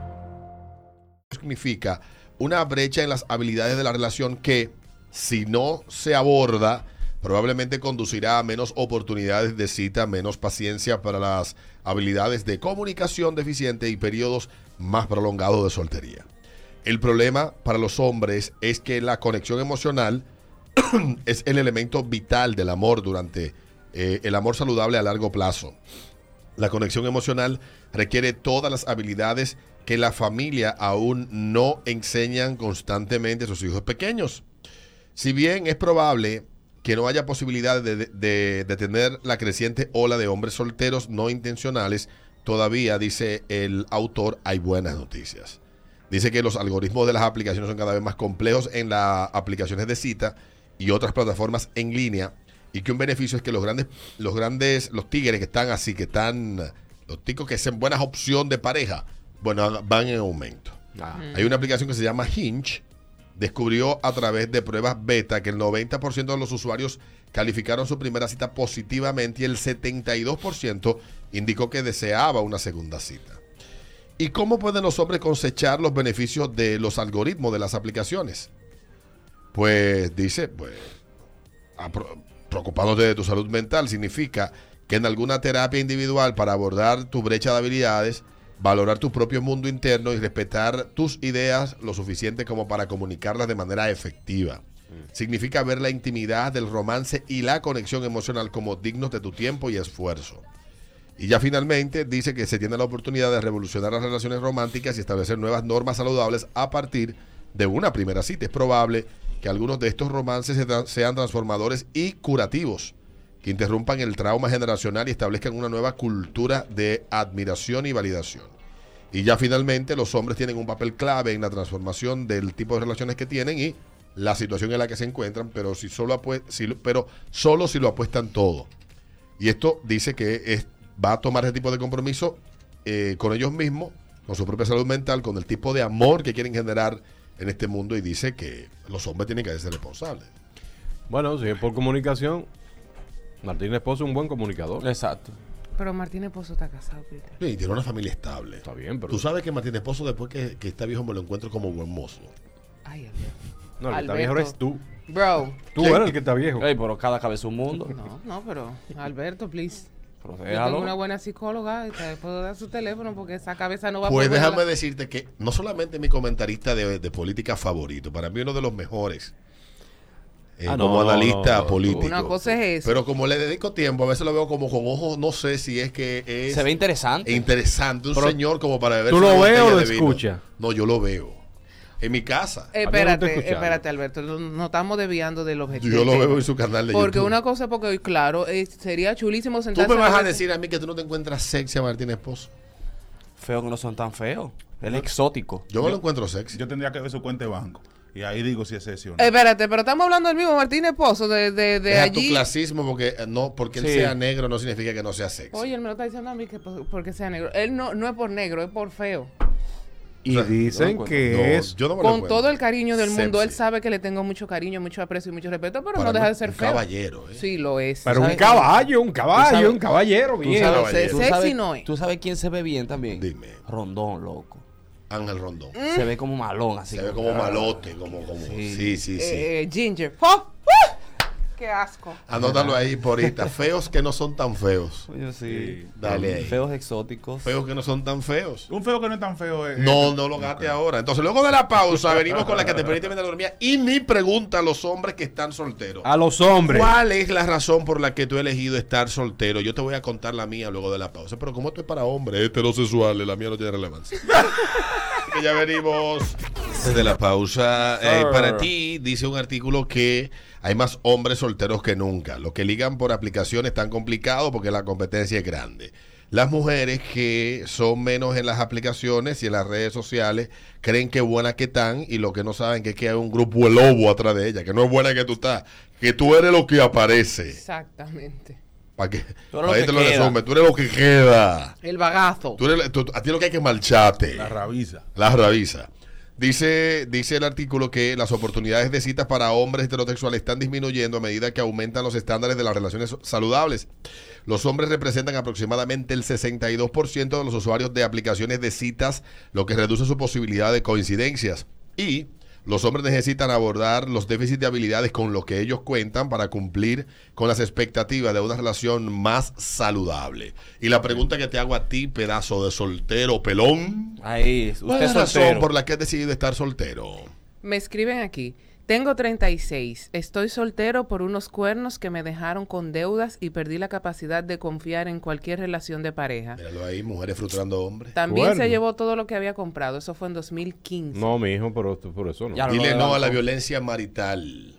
S1: significa una brecha en las habilidades de la relación que, si no se aborda, probablemente conducirá a menos oportunidades de cita, menos paciencia para las habilidades de comunicación deficiente y periodos más prolongados de soltería. El problema para los hombres es que la conexión emocional es el elemento vital del amor durante eh, el amor saludable a largo plazo. La conexión emocional requiere todas las habilidades que la familia aún no enseñan constantemente a sus hijos pequeños. Si bien es probable que no haya posibilidad de, de- de tener la creciente ola de hombres solteros no intencionales, todavía, dice el autor, hay buenas noticias. Dice que los algoritmos de las aplicaciones son cada vez más complejos en las aplicaciones de cita y otras plataformas en línea. Y que un beneficio es que los grandes, los grandes, los tigres que están así, que están, los ticos que hacen buenas opciones de pareja, bueno, van en aumento.
S11: Mm.
S1: Hay una aplicación que se llama Hinge. Descubrió a través de pruebas beta que el 90% de los usuarios calificaron su primera cita positivamente y el 72% indicó que deseaba una segunda cita. ¿Y cómo pueden los hombres cosechar los beneficios de los algoritmos de las aplicaciones? Pues dice, pues, apro- preocupándote de tu salud mental significa que en alguna terapia individual para abordar tu brecha de habilidades, valorar tu propio mundo interno y respetar tus ideas lo suficiente como para comunicarlas de manera efectiva. Significa ver la intimidad del romance y la conexión emocional como dignos de tu tiempo y esfuerzo. Y ya finalmente dice que se tiene la oportunidad de revolucionar las relaciones románticas y establecer nuevas normas saludables a partir de una primera cita. Es probable que algunos de estos romances se tra- sean transformadores y curativos, que interrumpan el trauma generacional y establezcan una nueva cultura de admiración y validación. Y ya finalmente los hombres tienen un papel clave en la transformación del tipo de relaciones que tienen y la situación en la que se encuentran, pero, si solo, apue- si lo- pero solo si lo apuestan todo. Y esto dice que es- va a tomar ese tipo de compromiso eh, con ellos mismos, con su propia salud mental, con el tipo de amor que quieren generar en este mundo y dice que los hombres tienen que ser responsables.
S4: Bueno, si es por comunicación, Martín Esposo es un buen comunicador. Exacto.
S2: Pero Martín Esposo está casado, Peter.
S1: Sí, tiene una familia estable.
S4: Está bien, pero...
S1: Tú sabes que Martín Esposo después que, que está viejo me lo encuentro como buen mozo.
S2: Ay, Alberto.
S4: No, el que está viejo eres tú.
S2: Bro.
S4: Tú eres el que está viejo.
S3: Ey, pero cada cabeza un mundo.
S2: No, no, pero Alberto, please.
S3: Pero
S2: Yo
S3: déjalo.
S2: tengo una buena psicóloga y te puedo dar su teléfono porque esa cabeza no va
S1: Pues
S2: a poder.
S1: déjame decirte que no solamente mi comentarista de, de política favorito, para mí uno de los mejores. eh,
S4: Ah, no,
S1: como analista
S4: no, no,
S1: político.
S2: Una cosa es eso.
S1: Pero como le dedico tiempo, a veces lo veo como con ojos, no sé si es que es...
S3: Se ve interesante.
S1: E Interesante, un
S3: Pero-
S1: señor como para beber...
S4: ¿Tú
S1: una
S4: lo ves
S1: botella
S4: o lo
S1: de vino.
S4: escuchas?
S1: No, yo lo veo. En mi casa.
S2: Eh, espérate, espérate, Alberto. no- Nos estamos desviando del objetivo.
S1: Yo lo veo en su canal de
S2: eh, Porque
S1: YouTube.
S2: una cosa, porque claro, eh, sería chulísimo
S1: Tú
S2: sentarse.
S1: me vas a
S2: hablar-
S1: decir a mí que tú no te encuentras sexy a Martín Esposo.
S3: Feo que no son tan feos. Él es exótico.
S1: Yo me lo encuentro sexy.
S10: Yo tendría que ver su cuenta de banco. Y ahí digo si es sexy o no.
S2: Eh, espérate, pero estamos hablando del mismo Martín Esposo, de, de, de
S1: Deja tu
S2: allí.
S1: clasismo porque eh, no porque él
S3: Sí.
S1: sea negro no significa que no sea sexy.
S2: Oye, él me lo está diciendo a mí que po- porque sea negro. Él no, no es por negro, es por feo.
S4: Y dicen que
S1: No,
S4: es...
S1: yo no me lo
S2: Con
S1: encuentro.
S2: todo el cariño del mundo, él
S1: Sexy.
S2: sabe que le tengo mucho cariño, mucho aprecio y mucho respeto, pero
S1: Para
S2: no
S1: mí,
S2: deja de ser
S1: un
S2: feo.
S1: caballero, ¿eh?
S2: Sí, lo es.
S4: Pero un
S2: ¿Sabes?
S4: caballo, un caballo, un caballero,
S3: tú
S4: bien.
S3: sabes-
S2: Se-
S3: tú
S2: sexy
S3: sabes-
S2: no es.
S3: ¿Tú sabes quién se ve bien también?
S1: Dime.
S3: Rondón, loco.
S1: Ángel Rondón.
S2: Mm. ¿Eh?
S3: Se ve como malón, así.
S1: Se ve como malote, como, como. Sí, sí, sí.
S2: Eh, eh, Ginger. ¡Oh! ¡Ah! ¡Qué asco!
S1: Anótalo ahí, porita. Feos que no son tan feos.
S3: Yo sí.
S1: Dale ahí.
S3: Feos exóticos.
S1: Feos que no son tan feos.
S10: Un feo que no es tan feo. eh,
S1: No,
S10: eh,
S1: no lo gaste ahora. Entonces, luego de la pausa, venimos con la que te permite la economía. Y mi pregunta a los hombres que están solteros.
S4: A los hombres.
S1: ¿Cuál es la razón por la que tú has elegido estar soltero? Yo te voy a contar la mía luego de la pausa. Pero como esto es para hombres heterosexuales, la mía no tiene relevancia. Así que ya venimos. Desde la pausa,
S3: Ah.
S1: eh,
S4: Sir.
S1: para ti dice un artículo que hay más hombres solteros que nunca. Los que ligan por aplicación es tan complicado porque la competencia es grande. Las mujeres que son menos en las aplicaciones y en las redes sociales creen que buenas que están y lo que no saben que es que hay un grupo de lobo atrás de ella, que no es buena que tú estás, que tú eres lo que aparece.
S2: Exactamente.
S1: Para que,
S3: Tú eres lo
S1: ahí
S3: que
S1: te lo
S3: queda.
S1: resume, tú eres lo que queda.
S2: El bagazo.
S1: Tú eres- tú- a ti lo que hay que es marcharte.
S10: La rabiza.
S1: La rabiza. Dice, dice el artículo que las oportunidades de citas para hombres heterosexuales están disminuyendo a medida que aumentan los estándares de las relaciones saludables. Los hombres representan aproximadamente el 62% de los usuarios de aplicaciones de citas, lo que reduce su posibilidad de coincidencias. Y Los hombres necesitan abordar los déficits de habilidades con los que ellos cuentan para cumplir con las expectativas de una relación más saludable. Y la pregunta que te hago a ti, pedazo de soltero, pelón.
S3: Ahí, usted
S1: ¿Cuál es la razón
S3: soltero.
S1: por la que has decidido estar soltero?
S2: Me escriben aquí. Tengo 36. Estoy soltero por unos cuernos que me dejaron con deudas y perdí la capacidad de confiar en cualquier relación de pareja.
S1: Míralo ahí, mujeres frustrando hombres.
S2: También
S4: Cuernos.
S2: se llevó todo lo que había comprado. Eso fue en 2015.
S4: No, mi hijo, por, por eso Ah, no.
S1: Dile no a la violencia marital.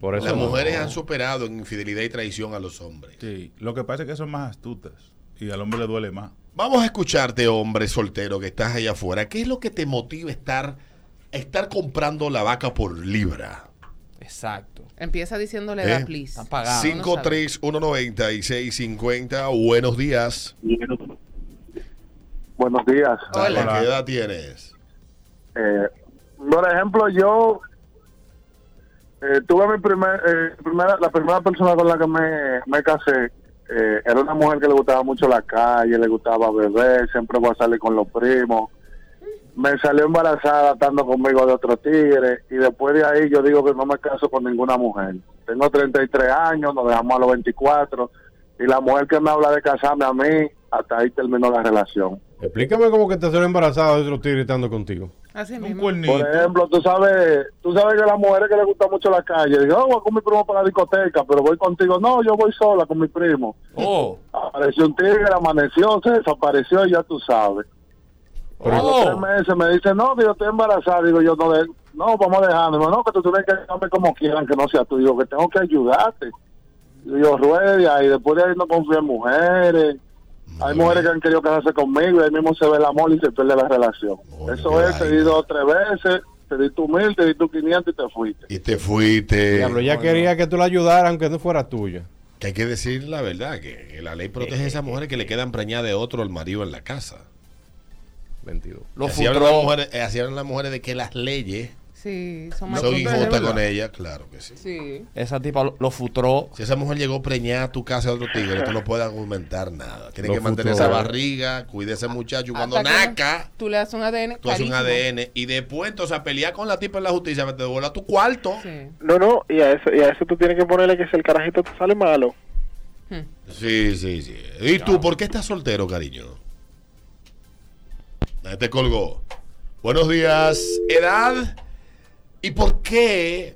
S4: Por eso
S1: Las
S4: no.
S1: mujeres han superado en infidelidad y traición a los hombres.
S10: Sí, lo que pasa es que son más astutas y al hombre le duele más.
S1: Vamos a escucharte, hombre soltero que estás allá afuera. ¿Qué es lo que te motiva a estar, a estar comprando la vaca por libra?
S3: Exacto.
S2: Empieza diciéndole
S1: ¿Eh?
S2: da please. Uno sabe.
S1: 5319650. Buenos días.
S11: Buenos días.
S1: Dale, ¿Qué edad tienes?
S11: Eh, por ejemplo, yo eh, tuve mi primer, eh, primera, la primera persona con la que me, me casé. eh, era una mujer que le gustaba mucho la calle, le gustaba beber, siempre fue a salir con los primos. Me salió embarazada estando conmigo de otro tigre y después de ahí yo digo que no me caso con ninguna mujer. Tengo 33 años, nos dejamos a los 24 y la mujer que me habla de casarme a mí, hasta ahí terminó la relación.
S4: Explícame cómo que te salió embarazada de otro tigre estando contigo.
S11: Por ejemplo, tú sabes, tú sabes que a las mujeres que les gusta mucho la calle, yo voy con mi primo para la discoteca, pero voy contigo. No, yo voy sola con mi primo.
S12: Oh.
S11: Apareció un tigre, amaneció, se desapareció y ya tú sabes. A los tres meses me dice, no, digo, estoy embarazada. Digo, yo no, de- no, vamos dejándome. No, que tú tienes que dejarme como quieran, que no sea tú. Digo, que tengo que ayudarte. Digo, yo ruede de ahí. Después de ahí no confío en mujeres. Hay mujeres que han querido casarse conmigo y ahí mismo se ve el amor y se pierde la relación. Eso es, te di dos o tres veces, te di tu mil, te di tu quinientos y te fuiste.
S1: Y te fuiste.
S4: Diablo, ya quería que tú la ayudaras aunque no fuera tuya.
S1: Que hay que decir la verdad, que que la ley protege a esas mujeres que le quedan preñadas de otro al marido en la casa.
S4: 22.
S2: Los
S1: así, hablan las
S2: futrón.
S1: mujeres, eh, así hablan las mujeres de que las leyes
S2: Sí, son más
S1: son
S2: tontas, de
S1: injustas
S2: verdad.
S1: con ellas, claro que sí.
S2: Sí.
S3: Esa tipa lo, lo futró.
S1: Si esa mujer llegó preñada a tu casa de otro tigre, tú no puedes argumentar nada. Tienes
S3: Lo
S1: que mantener
S3: futuro.
S1: esa barriga, cuide a ese muchacho. Cuando
S2: Hasta que no-
S1: naca,
S2: Tú le das un ADN.
S1: tú haces un
S2: carísimo.
S1: ADN y después entonces a pelear con la tipa en la justicia, te devuelve a tu cuarto.
S13: No, no, y a, eso, y a eso tú tienes que ponerle que si el carajito te sale malo.
S1: Sí, sí, sí. ¿Y tú por qué estás soltero, cariño? Ahí te colgó. Buenos días. Edad. ¿Y por qué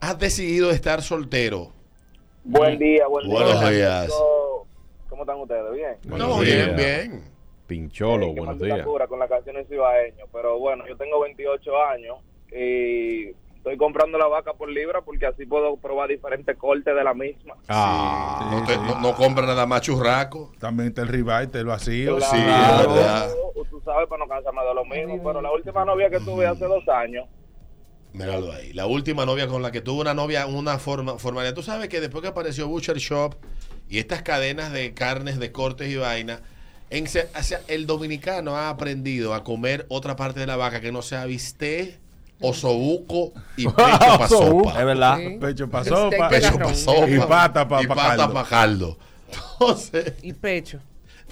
S1: has decidido estar soltero?
S7: Buen día, buen día.
S1: Buenos días.
S7: Yo- ¿Cómo están ustedes? ¿Bien?
S4: Buenos días.
S1: bien, bien.
S7: Eh,
S4: Pincholo,
S1: Eh,
S4: buenos
S7: Mando la
S4: días.
S7: cura con las canciones cibaeñas, pero bueno, yo tengo 28 años y estoy comprando la vaca por libra porque así puedo probar diferentes cortes de la misma.
S4: Ah.
S1: no, te- no- no compra nada más churraco.
S10: También está el ribeye, está el vacío.
S1: Sí, es verdad.
S7: O Tú sabes, para no cansarme de lo mismo, pero la última novia que tuve hace dos años,
S1: Míralo ahí. La última novia con la que tuvo una novia, una forma, formalidad. Tú sabes que después que apareció Butcher Shop y estas cadenas de carnes, de cortes y vaina, en se- o sea, el dominicano ha aprendido a comer otra parte de la vaca que no sea bistec, osobuco y pecho pa' sopa.
S3: Ah, Es verdad.
S10: Pecho pa'
S1: Steak de
S10: sopa.
S1: Pecho pa' sopa.
S10: Y pata pa,
S1: Y
S10: pa'
S1: pata
S10: caldo.
S1: pa' caldo. Entonces,
S2: y pecho.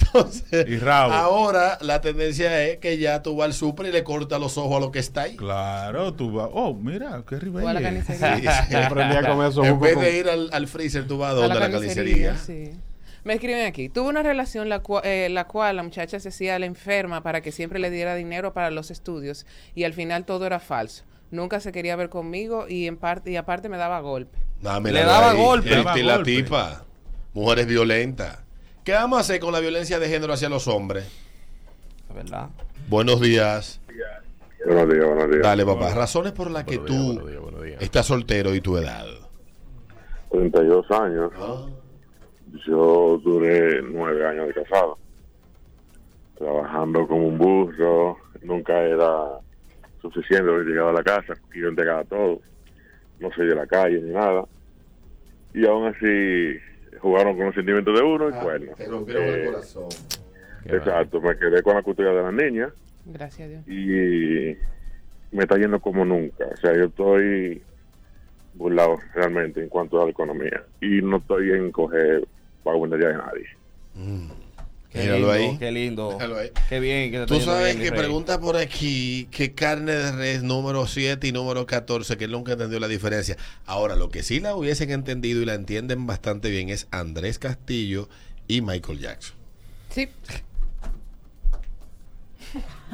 S1: Entonces,
S10: y rabo.
S1: ahora la tendencia es que ya tú vas al super y le cortas los ojos a lo que está ahí.
S10: Claro, tú vas. Oh, mira, qué ribeye.
S1: Toda la carnicería.
S10: Sí,
S1: Sí, sí.
S4: Aprendí a comer esos
S1: En
S4: jugos
S1: vez
S4: con-
S1: de ir al, al freezer, tú vas a
S2: A
S1: donde la carnicería.
S2: sí. Me escriben aquí. Tuve una relación la, cua- eh, la cual la muchacha se hacía la enferma para que siempre le diera dinero para los estudios y al final todo era falso. Nunca se quería ver conmigo y en parte y aparte me daba golpe.
S1: Dámela
S3: Le daba golpe.
S1: El-
S3: Le daba
S1: y la
S3: golpe.
S1: tipa. Mujeres violentas. ¿Qué vamos a hacer con la violencia de género hacia los hombres?
S3: verdad.
S1: Buenos días.
S14: Buenos días, buenos días.
S1: Dale, papá. Razones por las que tú estás soltero y tu edad.
S14: 32 años. Yo duré nueve años de casado. Trabajando como un burro. Nunca era suficiente. Yo llegaba a la casa, yo entregaba todo. No soy de la calle ni nada. Y aún así jugaron con los sentimientos de uno y
S1: Ah,
S14: bueno. eh, Exacto, me quedé con la custodia de la niña
S2: Gracias a Dios.
S14: y me está yendo como nunca. O sea, yo estoy burlado realmente en cuanto a la economía y no estoy en coger pago de nadie.
S3: Qué
S1: Míralo
S3: lindo,
S1: ahí.
S3: qué lindo.
S1: Míralo ahí.
S3: Qué bien. Que te está
S1: Tú
S3: yendo
S1: sabes
S3: bien, mi
S1: que
S3: rey.
S1: pregunta por aquí que carne de res número 7 y número 14, que él nunca entendió la diferencia. Ahora, lo que sí la hubiesen entendido y la entienden bastante bien es Andrés Castillo y Michael Jackson.
S2: Sí.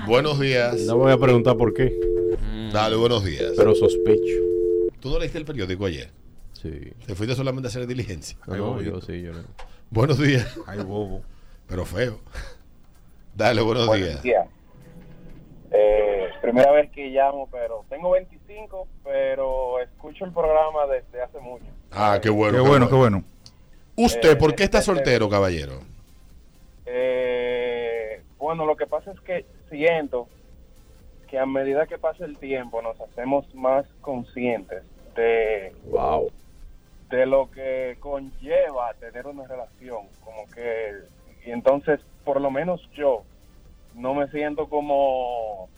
S1: Buenos días.
S4: No voy a preguntar por qué.
S1: Dale, buenos días.
S4: Pero sospecho.
S1: ¿Tú no leíste el periódico ayer?
S4: Sí.
S1: ¿Te fuiste solamente a hacer diligencia?
S4: Ay, bobo, yo sí, yo no.
S1: Buenos días.
S10: Ay, bobo.
S1: Pero feo. Dale, buenos días.
S7: días. Eh, primera vez que llamo, pero tengo 25, pero escucho el programa desde hace mucho.
S1: Ah, qué bueno.
S10: Qué bueno, qué bueno.
S1: ¿Usted por qué está soltero, caballero?
S7: Eh, bueno, lo que pasa es que siento que a medida que pasa el tiempo nos hacemos más conscientes de, de lo que conlleva tener una relación. Como que, y entonces, por lo menos yo, no me siento como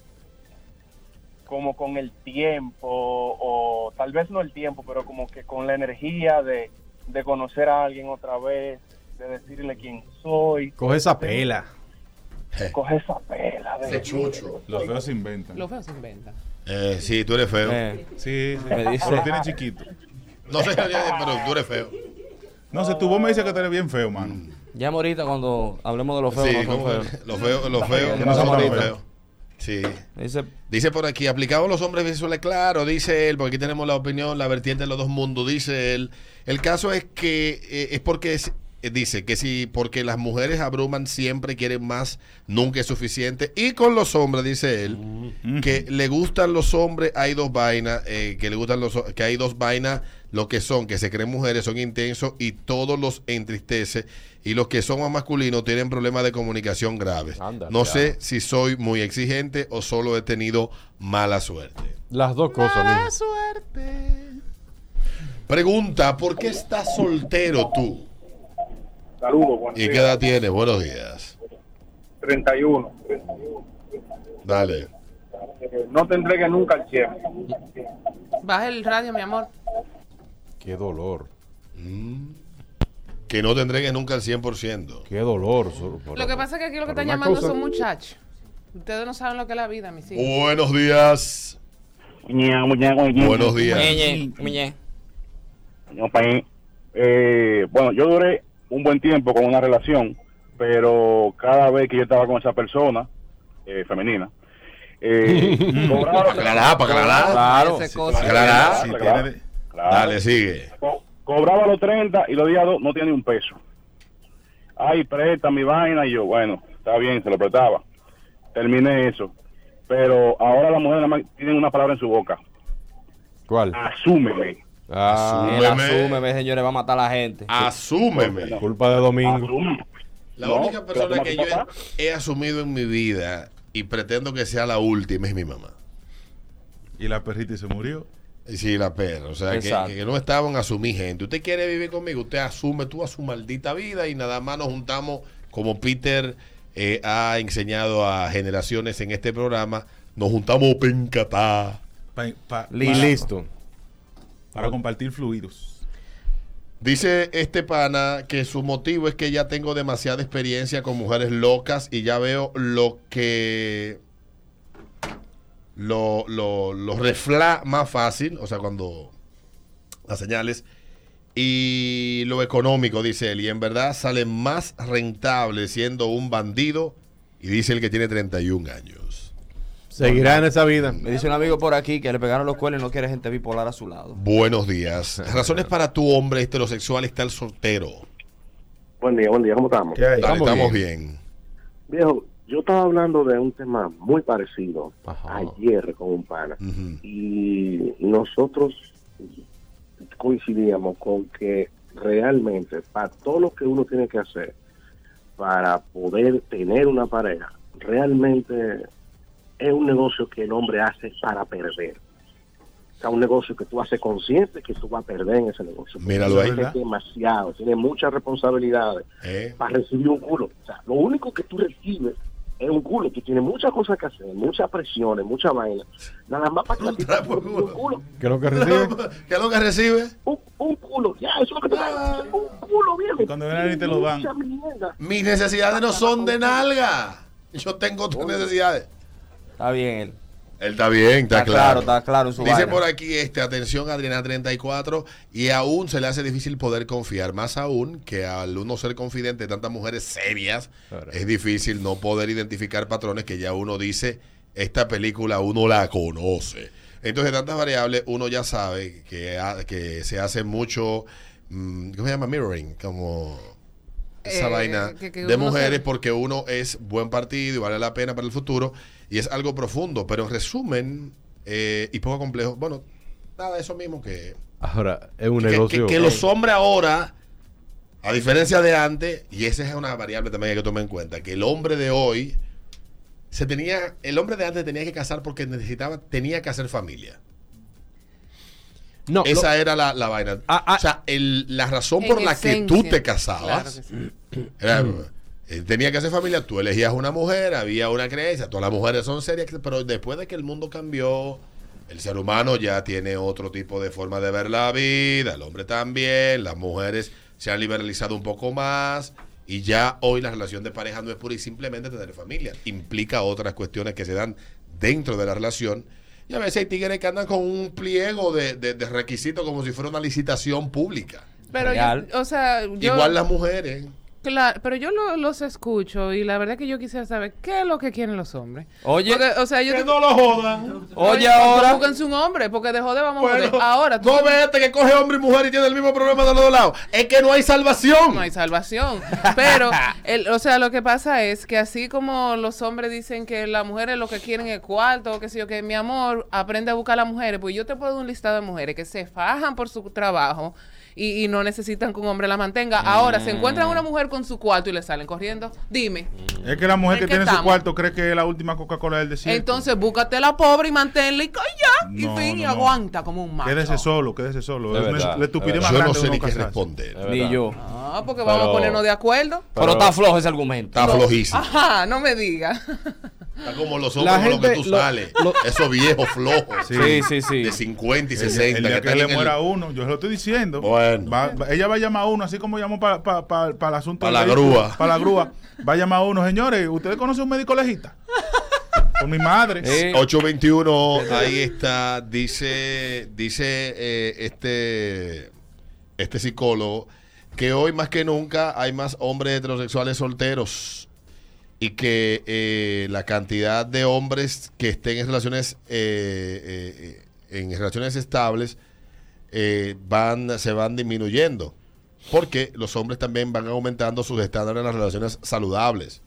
S7: como con el tiempo o tal vez no el tiempo pero como que con la energía de, de conocer a alguien otra vez de decirle quién soy
S4: Coge esa pela.
S7: Coge esa pela. de-
S10: Los feos se inventan.
S2: Los feos se inventan.
S1: Eh, sí, tú eres feo.
S10: Sí, sí.
S1: Me dice-
S10: Pero lo tienes chiquito.
S1: No sé, pero tú eres feo.
S10: No sé, tu voz me dice que tú eres bien feo, mano.
S4: Mm.
S3: Ya ahorita cuando hablemos de los feos.
S1: Sí,
S3: no son
S1: como-
S3: feos.
S1: los feos, los feos,
S3: Ya
S1: no son
S3: hablamos
S1: tan
S3: ahorita.
S1: feos. Sí.
S3: Dice,
S1: por aquí, aplicado a los hombres visuales, claro, dice él, porque aquí tenemos la opinión, la vertiente de los dos mundos, dice él. El caso es que eh, es porque es- eh, dice que sí, porque las mujeres abruman siempre, quieren más, nunca es suficiente. Y con los hombres, dice él, que le gustan los hombres, hay dos vainas, eh, que le gustan los que hay dos vainas, lo que son, que se creen mujeres, son intensos y todos los entristece. Y los que son más masculinos tienen problemas de comunicación graves.
S4: ya.
S1: no sé si soy muy exigente o solo he tenido mala suerte.
S4: Las dos cosas,
S2: Ah,
S4: mijo.
S1: Pregunta, ¿por qué estás soltero tú?
S7: Saludos, buenos
S1: ¿Y
S7: días.
S1: qué edad tienes? Buenos días.
S7: 31.
S1: Dale.
S7: Eh, No te entregues nunca al cielo.
S2: Baja el radio, mi amor.
S4: Qué dolor.
S1: Que no te entregues nunca al 100%.
S4: Qué dolor. sur- por-
S2: Lo que pasa es que aquí lo
S4: por
S2: que están
S4: una
S2: llamando
S4: cosa-
S2: son muchachos. Ustedes no saben lo que es la vida, mis hijos.
S1: Buenos días.
S9: Buenos
S1: días.
S13: Eh, bueno, yo duré un buen tiempo con una relación, pero cada vez que yo estaba con esa persona, eh, femenina, eh, cobraron-
S1: Aclará, pa' aclarar.
S13: Claro.
S1: Esa cosa. Aclará.
S13: Sí,
S1: Claro.
S13: tiene-
S1: Dale, sigue.
S13: cobraba los 30 y los días dos no tiene un peso. Ay, presta mi vaina. Y yo, bueno, está bien, se lo prestaba. Terminé eso. Pero ahora las mujeres nada más tienen una palabra en su boca.
S4: ¿Cuál?
S13: Asúmeme.
S4: Ah,
S3: él asúmeme, señores, va a matar a la gente.
S1: Ah, Asúmeme.
S4: Culpa de Domingo.
S1: La
S3: No,
S1: única
S3: pero
S1: persona
S3: toma
S1: que
S3: tu
S1: yo he asumido en mi vida y pretendo que sea la última es mi mamá.
S10: Y la perrita y se murió.
S1: Sí, la perra. O sea, que,
S10: Exacto.
S1: que no estaban a asumir gente. Usted quiere vivir conmigo, usted asume tú a su maldita vida y nada más nos juntamos, como Peter eh, ha enseñado a generaciones en este programa, nos juntamos pencatá.
S10: Pa- pa-
S1: Li-
S10: para-
S1: listo.
S10: Para compartir fluidos.
S1: Dice este pana que su motivo es que ya tengo demasiada experiencia con mujeres locas y ya veo lo que. lo, lo, lo refla más fácil, o sea, cuando. las señales. Y lo económico, dice él. Y en verdad sale más rentable siendo un bandido. Y dice el que tiene 31 años.
S4: Seguirá en esa vida.
S3: Me dice un amigo por aquí que le pegaron los cuernos y no quiere gente bipolar a su lado.
S1: Buenos días. Razones para tu hombre heterosexual estar soltero.
S12: Buen día, buen día, ¿cómo estamos?
S1: Dale, estamos bien.
S12: Viejo, yo estaba hablando de un tema muy parecido ayer con un pana y nosotros coincidíamos con que realmente para todo lo que uno tiene que hacer para poder tener una pareja, realmente es un negocio que el hombre hace para perder. O sea, un negocio que tú haces consciente que tú vas a perder en ese negocio.
S1: Míralo
S12: Porque
S1: ahí.
S12: es demasiado, tiene muchas responsabilidades
S1: Eh.
S12: para recibir un culo. O sea, lo único que tú recibes es un culo. Tú tienes muchas cosas que hacer, muchas presiones, muchas vainas. Nada más para que la tipa te dé un culo.
S4: ¿Qué es lo que recibe?
S1: pues, ¿Qué es lo que recibe?
S12: Un, un culo, ya, eso es lo que te da. Un culo, viejo.
S1: Cuando vienen y te lo dan.
S12: Mucha mierda.
S1: Mis necesidades no son de nalga. Yo tengo otras necesidades.
S3: Está bien él.
S1: Él está bien, está,
S3: claro. Está claro en su
S1: Dice
S3: vaina.
S1: por aquí, este, atención Adriana 34, y aún se le hace difícil poder confiar, más aún que al uno ser confidente de tantas mujeres serias, es difícil no poder identificar patrones que ya uno dice, esta película uno la conoce. Entonces, de tantas variables, uno ya sabe que, ha- que se hace mucho, mm, ¿cómo se llama? Mirroring, como esa
S15: Eh,
S1: vaina
S15: que- que
S1: de
S15: uno se-
S1: mujeres porque uno es buen partido y vale la pena para el futuro y es algo profundo, pero en resumen eh, y poco complejo, bueno, nada, eso mismo que,
S4: Ahora, es un
S1: que-
S4: negocio.
S1: que- que los hombres ahora, a diferencia de antes, y esa es una variable también que hay que tomar en cuenta, que el hombre de hoy se tenía, el hombre de antes tenía que casar porque necesitaba, tenía que hacer familia.
S4: No, Ah,
S1: Esa era la, la vaina.
S10: Ah,
S1: o sea, el- la razón por
S15: En
S1: la que tú
S15: esencia.
S1: te casabas era, eh, tenía que hacer familia. Tú elegías una mujer, había una creencia. Todas las mujeres son serias, pero después de que el mundo cambió, el ser humano ya tiene otro tipo de forma de ver la vida. El hombre también. Las mujeres se han liberalizado un poco más. Y ya hoy la relación de pareja no es pura y simplemente tener familia. Implica otras cuestiones que se dan dentro de la relación. Y a veces hay tigres que andan con un pliego de, de- de requisitos como si fuera una licitación pública.
S2: Pero
S1: Real.
S2: yo, o sea, yo-
S1: Igual las mujeres.
S2: Claro, pero yo lo- los escucho y la verdad que yo quisiera saber qué es lo que quieren los hombres.
S3: Oye.
S2: Porque, o sea, yo
S3: Que
S2: te-
S3: no lo jodan. Oye,
S2: pues,
S3: ahora.
S2: Búsquense un hombre, porque de joder vamos a
S1: Bueno,
S2: joder. Ahora tú.
S1: No ve este que coge hombre y mujer y tiene el mismo problema de los dos lados. Es que no hay salvación.
S2: No hay salvación. Pero, el- o sea, lo que pasa es que así como los hombres dicen que las mujeres lo que quieren es cuarto, que sé yo, que mi amor, aprende a buscar a las mujeres, pues yo te puedo dar un listado de mujeres que se fajan por su trabajo y, y no necesitan que un hombre la mantenga. Ahora, se
S3: Mm.
S2: encuentran una mujer con su cuarto y le salen corriendo. Dime.
S10: Es que la mujer
S2: ¿En
S10: que
S2: qué
S10: tiene su
S2: estamos?
S10: cuarto cree que es la última Coca-Cola del desierto.
S2: Entonces, búscate la pobre y manténla y calla.
S10: No,
S2: y fin, y
S10: no, no.
S2: aguanta como un macho.
S10: Quédese solo, quédese solo.
S4: Es
S10: Es
S4: verdad,
S10: la estupidez
S4: es
S10: más
S4: verdad. Yo no
S10: grande
S4: sé
S10: de uno
S4: ni qué
S10: casarse.
S4: responder.
S10: Es
S3: Ni
S10: verdad.
S3: yo.
S2: Ah, porque vamos a
S4: Pero-
S2: ponernos de acuerdo.
S3: Pero, está flojo ese argumento.
S1: Está flojísimo.
S2: Ajá, no me digas.
S1: Está como los
S4: La
S1: hombres con los que
S4: gente-
S1: tú
S4: lo-
S1: sales. Esos viejos flojos.
S4: Sí, sí,
S1: De 50 y 60.
S10: El día que,
S1: están
S10: le
S1: en el-
S10: muera uno, yo se lo estoy diciendo.
S1: Bueno.
S10: Va- va- ella va a llamar a uno, así como llamó para el asunto.
S1: Pa'
S10: del
S1: la
S10: vehículo,
S1: grúa.
S10: Para la grúa. Va a llamar a uno, señores. ¿Ustedes conocen un médico legista? Por mi madre.
S1: 821, ahí está, dice, dice eh, este, este psicólogo que hoy más que nunca hay más hombres heterosexuales solteros y que eh, la cantidad de hombres que estén en relaciones eh, eh, en relaciones estables eh, van se van disminuyendo porque los hombres también van aumentando sus estándares en las relaciones saludables.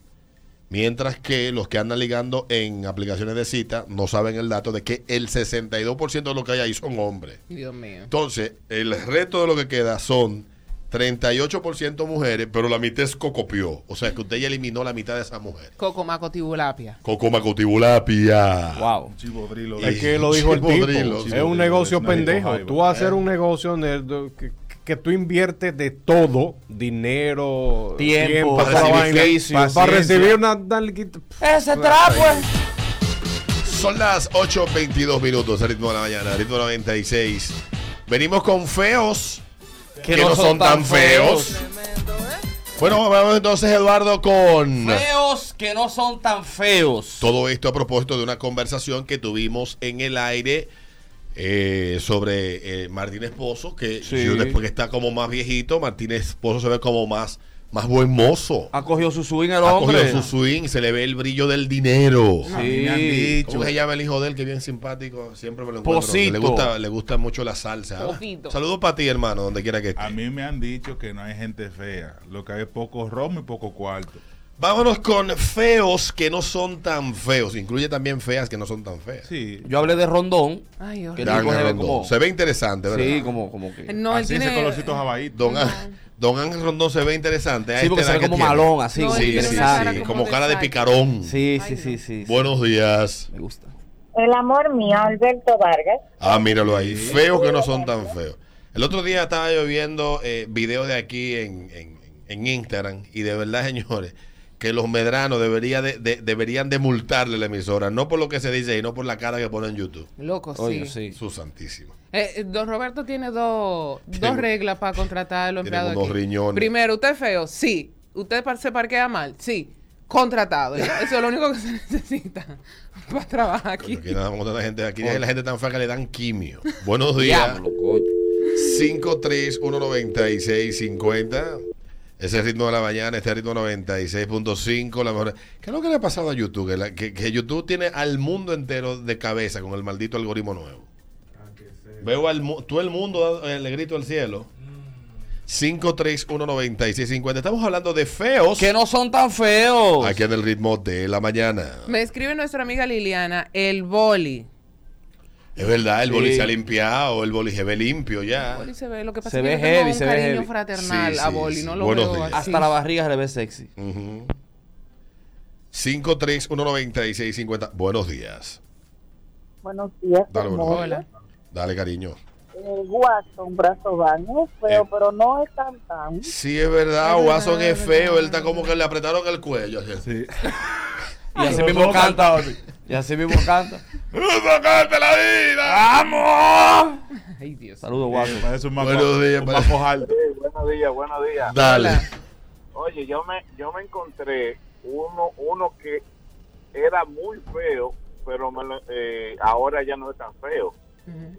S1: Mientras que los que andan ligando en aplicaciones de cita no saben el dato de que el 62% de lo que hay ahí son hombres.
S2: Dios mío.
S1: Entonces, el resto de lo que queda son 38% mujeres, pero la mitad es cocopió. O sea, que usted ya eliminó la mitad de esas mujeres.
S2: Coco Maco Tibulapia.
S1: Cocomacotibulapia.
S3: Wow.
S4: Es que lo dijo el tipo. es un negocio pendejo. Tú vas a hacer
S10: Eh.
S4: un negocio en el do- que, que tú inviertes de todo, dinero,
S3: Tiempo,
S4: toda la vaina,
S3: sacrificio,
S4: pa- para
S3: paciencia.
S4: recibir una nalguita.
S3: Ese
S1: trapo
S3: trapo.
S1: Son las 8.22 minutos, el ritmo de la mañana, el ritmo 96. Venimos con feos que, no, son, tan feos. Bueno, vamos entonces, Eduardo, con...
S3: Feos que no son tan feos.
S1: Todo esto a propósito de una conversación que tuvimos en el aire eh, sobre eh, Martín Esposo, que
S3: Sí.
S1: yo después que está como más viejito, Martín Esposo se ve como más, más buen mozo.
S3: Ha cogido su swing el
S1: Ha
S3: Ah, hombre.
S1: cogido su swing, se le ve el brillo del dinero.
S3: Sí. A mí me han dicho.
S1: ¿Cómo se llama el hijo de él? Que bien simpático, siempre me lo encuentro.
S3: Posito.
S1: Le gusta, le gusta mucho la salsa.
S10: Posito.
S1: Saludos para ti, hermano, donde quiera que estés.
S10: A mí me han dicho que no hay gente fea. Lo que hay es poco romo y poco cuarto.
S1: Vámonos con feos que no son tan feos. Incluye también feas que no son tan feas.
S10: Sí.
S3: Yo hablé de Rondón.
S2: Ay,
S3: Que
S2: horrible.
S3: el tipo se ve
S1: Rondón.
S3: como.
S1: Se ve interesante, ¿verdad?
S3: Sí, como, como que.
S2: No, él tiene-
S1: Don, Á- Don Ángel Rondón se ve interesante. a
S3: Sí, porque
S1: esta
S3: se ve
S1: edad que
S3: como
S1: tiene.
S3: malón, así,
S1: Sí,
S3: como
S1: sí,
S3: interesante.
S1: sí,
S3: Cara
S1: Como
S3: como
S1: cara de
S3: de
S1: picarón.
S3: Sí, sí, sí, sí.
S1: Buenos días.
S3: Me gusta.
S16: El amor mío, Alberto Vargas.
S1: Ah, míralo ahí. Feos que no son tan feos. El otro día estaba yo viendo eh, videos de aquí en, en- en Instagram y de verdad, señores, que los medranos debería de- de- deberían de multarle la emisora, no por lo que se dice y no por la cara que pone en YouTube.
S2: Loco, sí. Oye,
S1: Su santísimo.
S2: Eh, eh, don Roberto tiene dos, dos reglas para contratar a los
S1: tiene
S2: empleados.
S1: unos
S2: aquí.
S1: riñones.
S2: Primero, ¿usted es feo? Sí. ¿Usted par- se parquea mal? Sí. Contratado. Ya, Eso es lo único que se necesita para trabajar aquí.
S1: Aquí nada más con tanta gente. Aquí la gente tan fea que le dan quimio. Buenos días.
S2: Diablo,
S1: 5319650. Ese ritmo de la mañana, este ritmo 96.5. La mejor... ¿Qué es lo que le ha pasado a YouTube? Que, la- que- que YouTube tiene al mundo entero de cabeza con el maldito algoritmo nuevo. Veo al mu- todo el mundo da- eh, le grito al cielo. 5319650. Estamos hablando de feos. Que
S3: no son tan feos.
S1: Aquí en el ritmo de la mañana.
S2: Me escribe nuestra amiga Liliana, el boli.
S1: Es verdad, el boli
S3: Sí.
S1: se ha limpiado, el boli se ve limpio ya.
S2: Boli se ve, lo que pasa
S3: Se
S2: es
S3: ve
S2: que yo le tengo
S3: heavy,
S2: un
S3: se ve
S2: cariño
S3: heavy.
S2: fraternal
S1: Sí,
S2: a
S1: sí,
S2: Boli,
S1: sí.
S2: no lo
S1: Buenos
S2: veo
S1: días.
S2: así.
S3: Hasta la barriga se le ve sexy.
S1: Mm. 5319650. Buenos días.
S16: Buenos días.
S1: Dale, buenos
S16: hermoso.
S1: días. Dale, cariño.
S16: El guaso, un brazo baño, feo,
S1: Eh.
S16: pero no es tan tan.
S1: Sí, es verdad, Watson es feo. Él está como que le apretaron el cuello. así.
S3: Y así mismo canta. Oti. Y así mismo canta.
S1: ¡Sacarte la vida! Eh,
S3: ¡Vamos!
S2: Ay, Dios.
S3: Saludos, guapo.
S1: Buenos días, parece-
S7: Sí, buenos días, buenos días.
S1: Dale.
S7: Oye, yo me, yo me encontré uno, uno que era muy feo, pero me lo- eh, ahora ya no es tan feo.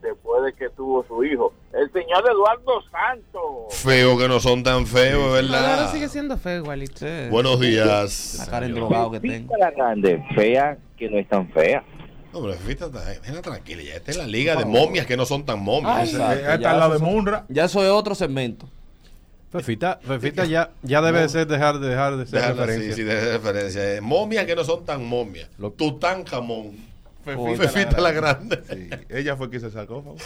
S7: Después de que tuvo su hijo. El señor Eduardo Santos.
S1: Feo que no son tan feos, es
S2: Ahora
S1: verdad.
S2: sigue siendo feo igualito.
S1: Buenos días.
S3: La cara en drogado que tengo.
S9: La grande, fea, que no es tan fea.
S1: No, pero Fita, está- déjala tranquila. Ya esta es la liga de momias que no son tan momias.
S10: Ay,
S1: Esa-
S10: ahí está la de
S3: Munra. Ya eso es otro segmento.
S4: Fefita, Fefita ya, ya debe de ser dejar, dejar de ser
S1: Déjala,
S4: referencia.
S1: sí, sí, de referencia. Eh, Momias que no son tan momias. Tutankamón.
S10: Fefita
S1: Fefita
S10: la
S1: la grande.
S10: Ella fue quien se sacó. favor.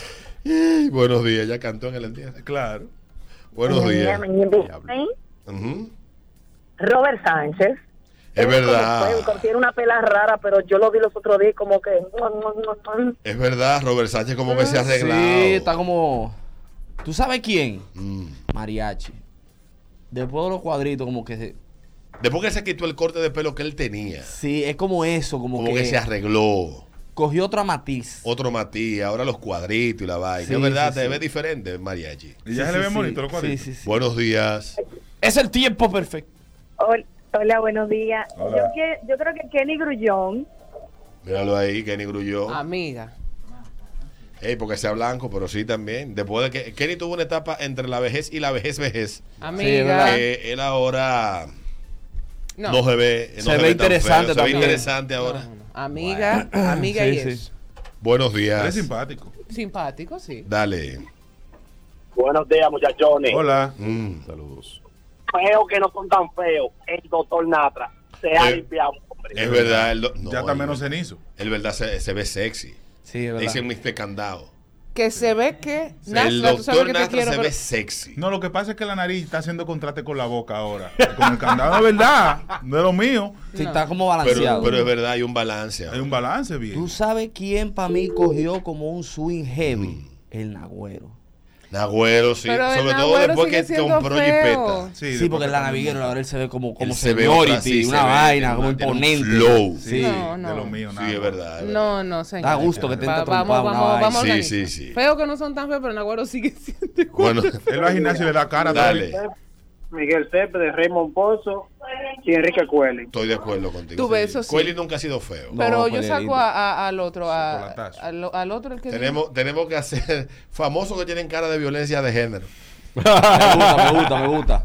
S1: Y buenos días, ya cantó en el entierro. Claro. Buenos días. Ujú.
S15: Robert Sánchez.
S1: Es verdad.
S15: Fue- Tiene una pela rara, pero yo lo vi los otros días como que...
S1: Es verdad, Robert Sánchez como que se ha arreglado. Mm.
S3: Sí, está como. ¿Tú sabes quién? Mariachi. Después de los cuadritos, como que. se-
S1: Después que se quitó el corte de pelo que él tenía.
S3: Sí, es como eso, como,
S1: Como que se arregló.
S3: Cogió otra matiz.
S1: Otro matiz, ahora los cuadritos y la vaina.
S3: Sí,
S1: es verdad,
S3: sí,
S1: te
S3: sí.
S1: ves diferente, mariachi.
S3: Y ya Sí, se sí, le ven sí. bonitos los cuadritos. Sí, sí, sí.
S1: Buenos días.
S3: Es el tiempo perfecto.
S15: Hola, hola, buenos días.
S1: Hola.
S15: Yo, que- yo creo que Kenny Grullón,
S1: Míralo ahí, Kenny Grullón.
S3: Ah.
S2: Amiga.
S1: Ey, porque sea blanco, pero sí también. Después de que Kenny tuvo una etapa entre la vejez y la vejez vejez.
S2: Amiga. Sí, es
S3: Ah.
S2: verdad.
S1: Que él ahora
S2: No.
S1: Eh, no, se ve. no
S3: Se ve
S1: tan
S3: interesante
S1: feo, Se ve
S3: también.
S1: interesante ahora.
S2: Amiga, amiga y es.
S1: Buenos días.
S10: Es simpático.
S2: Simpático, sí.
S1: Dale.
S7: Buenos días, muchachones.
S4: Hola.
S1: Mm. Saludos.
S7: Feo que no son tan feos. El doctor Natra se ha limpiado.
S1: Es verdad. El
S10: Ya está menos
S1: cenizo. El verdad se, se ve sexy.
S3: Sí,
S10: verdad.
S1: Dicen Mr. Candado.
S2: Que se ve que.
S1: el
S10: Nasra, tú sabes
S1: doctor
S10: que te
S1: Nastra
S10: quiero,
S1: se
S10: pero-
S1: ve sexy.
S10: No, lo que pasa es que la nariz está haciendo contraste con la boca ahora. Con el candado, de verdad. No es lo mío.
S3: Sí, está como
S1: Pero,
S3: balanceado.
S1: pero es verdad, hay un balance.
S10: Hay un balance bien.
S3: ¿Tú sabes quién para
S10: Mm.
S3: mí cogió como un swing heavy? El Nagüero.
S1: Nagüero, sí.
S3: Pero el
S1: Sobre todo
S3: Nagüero
S1: después
S3: sigue
S1: que
S3: siendo
S1: compró
S3: feo.
S1: Jipeta.
S3: Sí, Sí, porque el naviguero, ahora él se ve como, como
S1: Él se ve
S3: seniority,
S1: otra, sí,
S3: una
S1: se ve,
S3: vaina,
S1: tiene
S3: como
S1: una- tiene un
S3: imponente.
S1: flow.
S3: Sí.
S2: No, no.
S1: De lo mío, Sí, es verdad. es
S2: No, no, señor.
S3: Da gusto que te
S2: Va-
S3: entra
S2: Vamos,
S3: trompado una
S2: vamos,
S3: vaina.
S2: vamos.
S3: Sí,
S2: organizar.
S3: sí, sí.
S2: Feo que no son tan feos, pero el agüero sigue siendo.
S1: Bueno,
S10: él va al gimnasio y le da cara.
S1: Dale.
S7: Miguel Cepeda, Raymond Pozo y Enrique Cueli.
S1: Estoy de acuerdo contigo.
S2: Tú ves, eso sí.
S1: Coeli nunca ha sido feo.
S2: pero yo saco a- a- al otro, a- al, al otro el que.
S1: Tenemos, tenemos que hacer famosos que tienen cara de violencia de género. me
S3: gusta, me gusta, me gusta.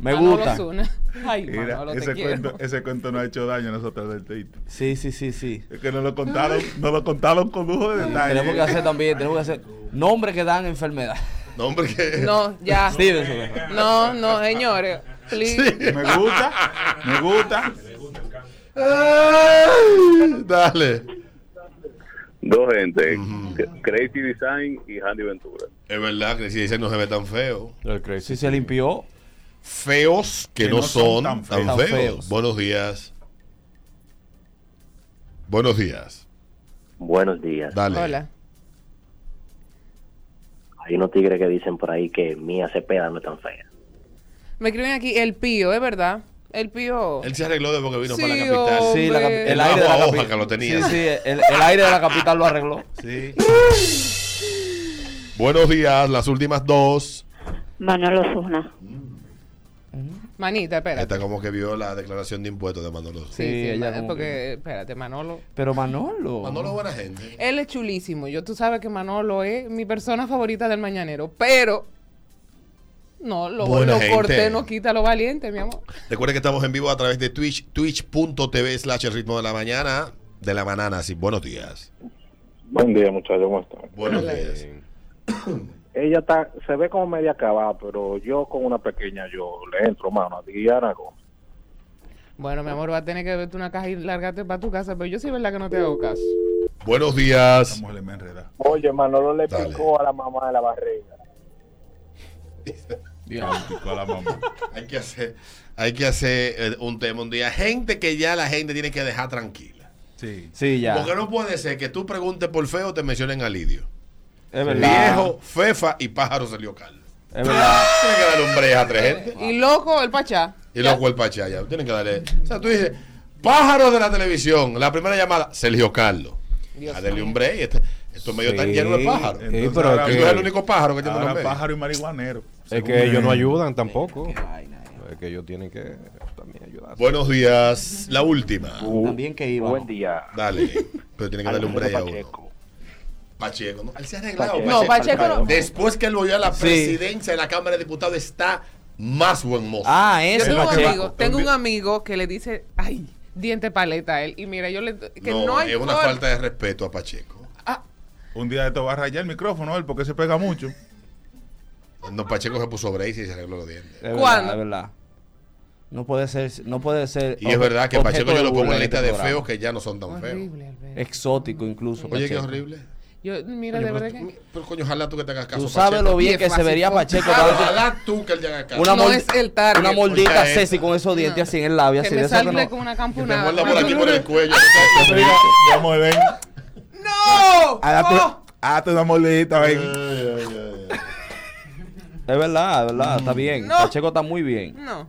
S3: Me
S2: Manolo Zuna. Ay,
S10: Mira,
S2: Manolo, te
S10: ese,
S2: quiero.
S10: cuento, ese cuento no ha hecho daño a nosotros del Tito.
S3: Sí, sí, sí, sí.
S10: Es que nos lo contaron, nos lo contaron con lujo de detalle.
S3: Tenemos que hacer también, tenemos que hacer nombres que dan enfermedad.
S1: Nombres que.
S2: No, ya.
S3: Stevenson.
S2: No, no, señores. please.
S10: Me gusta, me gusta.
S1: Dale.
S14: Dos gente, Crazy Design y Handy Ventura.
S1: Es verdad, que si dice no se ve tan feo.
S3: El
S10: eh.
S3: Crazy se limpió.
S1: Feos que, no, son, tan, feos. Buenos días. Buenos días.
S17: Buenos días.
S1: Dale.
S2: Hola.
S17: Hay unos tigres que dicen por ahí que Mía Cepeda no es tan fea.
S2: Me escriben aquí el pío, ¿es verdad? El pío.
S1: Él se arregló de porque vino
S2: Sí, oh.
S1: para la capital.
S3: Sí, la cap-
S2: hombre.
S3: el aire de la
S1: Bajo a hoja
S3: capital.
S1: que lo tenía.
S3: Sí, sí, el, el aire de la capital lo arregló.
S1: Sí. Buenos días, las últimas dos.
S18: Manolo Zuna.
S2: Manita, espérate.
S1: Esta como que vio la declaración de impuestos de Manolo.
S2: Sí, sí, Ma- porque, espérate, Manolo.
S3: Pero Manolo.
S1: Manolo es buena gente.
S2: Él es chulísimo. Yo tú sabes que Manolo es mi persona favorita del mañanero, pero no, lo,
S1: Buena
S2: lo
S1: gente.
S2: corté no quita lo valiente, mi amor.
S1: Recuerden que estamos en vivo a través de Twitch, twitch.tv slash el ritmo de la mañana, de la mañana, así. Buenos días.
S19: Buen día, muchachos, ¿cómo están?
S1: Buenos días.
S19: Ella está, se ve como media acabada, pero yo con una pequeña yo le entro, mano, a Diana Gómez.
S2: Bueno, mi amor, va a tener que verte una caja y largarte para tu casa, pero yo sí es verdad que no te hago caso.
S1: Buenos días.
S19: Oye, Manolo le picó a la mamá de la barriga.
S1: Con la mamá. hay que hacer, hay que hacer eh, un tema un día. Gente que ya la gente tiene que dejar tranquila. Sí.
S3: Sí, ya.
S1: Porque no puede ser que tú preguntes por feo te mencionen a Lidio.
S3: Es verdad.
S1: Viejo, fefa y pájaro salió Carlos.
S3: Es verdad.
S1: Tienen que darle un break a tres gente.
S2: Y loco, el pachá.
S1: Y los cuerpos ya. Tienen que darle. O sea, tú dices, pájaros de la televisión. La primera llamada, Sergio Carlos. A darle un break. Este, estos medios están llenos de pájaros.
S4: Sí, pero
S1: ahora
S4: que-
S1: mismo es el único pájaro que tiene
S10: Ahora
S1: los medios.
S10: pájaro y marihuanero.
S4: Es
S10: Según
S4: que ellos no
S10: él.
S4: ayudan tampoco. Es que ellos tienen que también ayudar.
S1: Buenos días. La última.
S3: También que iba.
S19: Uh. Buen día.
S1: Dale. Pero tiene que darle un break a uno. Pacheco, ¿no? Él se ha arreglado.
S19: Pacheco. No, Pacheco no.
S1: Después que él volvió a la
S3: Sí.
S1: presidencia de la Cámara de Diputados, está más buen mozo.
S3: Ah, eso.
S2: Yo tengo, un
S1: Pacheco.
S2: amigo, tengo un amigo que le dice, ay, diente paleta a él. Y mira, yo le. Que no,
S1: No,
S2: hay.
S1: es una
S2: cor-
S1: falta de respeto a Pacheco.
S10: Un día de esto va a rayar el micrófono él porque se pega mucho.
S1: No, Pacheco se puso brace y se arregló los dientes.
S3: Es
S2: ¿Cuándo?
S3: Verdad, es verdad. No puede ser. No puede ser
S1: Y es
S3: obje-
S1: verdad que Pacheco
S3: objeto
S1: yo
S3: de
S1: lo pongo en
S3: burla este
S1: la lista de
S3: programa.
S1: feos que ya no son tan feos.
S3: Exótico incluso.
S1: Oye, qué
S3: Pacheco.
S1: horrible.
S2: Yo, mira,
S1: Coño,
S2: de
S1: pero
S2: verdad
S1: tú-
S2: que.
S1: Pero coño, ojalá tú que te hagas caso.
S3: Tú sabes lo bien que se vería Pacheco. cada vez que-
S1: Ojalá tú que él te haga caso.
S3: Una mol- Una
S1: Oiga,
S3: moldita
S1: eh,
S3: Ceci con esos dientes así en el labio.
S2: Que
S3: así
S2: me
S3: de eso que
S2: salga
S3: no-
S2: con una
S1: Te
S2: campunada.
S1: muerda por aquí por el cuello.
S10: Ya me ven.
S2: ¡No! ¡Oh!
S10: Ah, te una molita, ven.
S3: Es verdad, es verdad.
S2: Mm.
S3: Está bien.
S1: No.
S3: Pacheco está muy bien.
S2: No.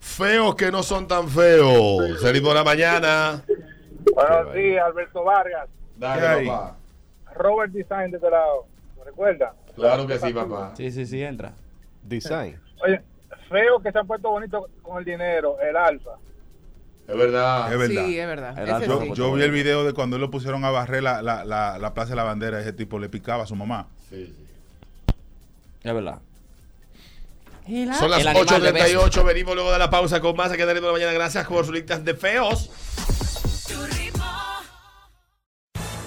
S1: Feos que no son tan feos. Salimos la mañana.
S19: Buenos días, Alberto Vargas.
S1: Dale, papá.
S19: Robert Design de este lado. ¿Me recuerda?
S1: Claro que sí, papá.
S3: Sí, sí, sí, entra.
S4: Design.
S19: Oye, feo que se ha puesto bonito con el dinero, el alfa.
S1: Es verdad.
S10: Es verdad.
S19: eh.
S2: Sí, es verdad.
S19: Era
S2: Ese
S10: Yo,
S2: sí.
S10: yo vi el video de cuando lo pusieron a barrer la, la, la, la Plaza de la Bandera. Ese tipo le picaba a su mamá.
S3: Es verdad.
S2: Y la-
S1: Son las
S2: El animal de
S1: 8.38. Venimos luego de la pausa con más. Aquí en Salimos la mañana. Gracias por sus listas de feos.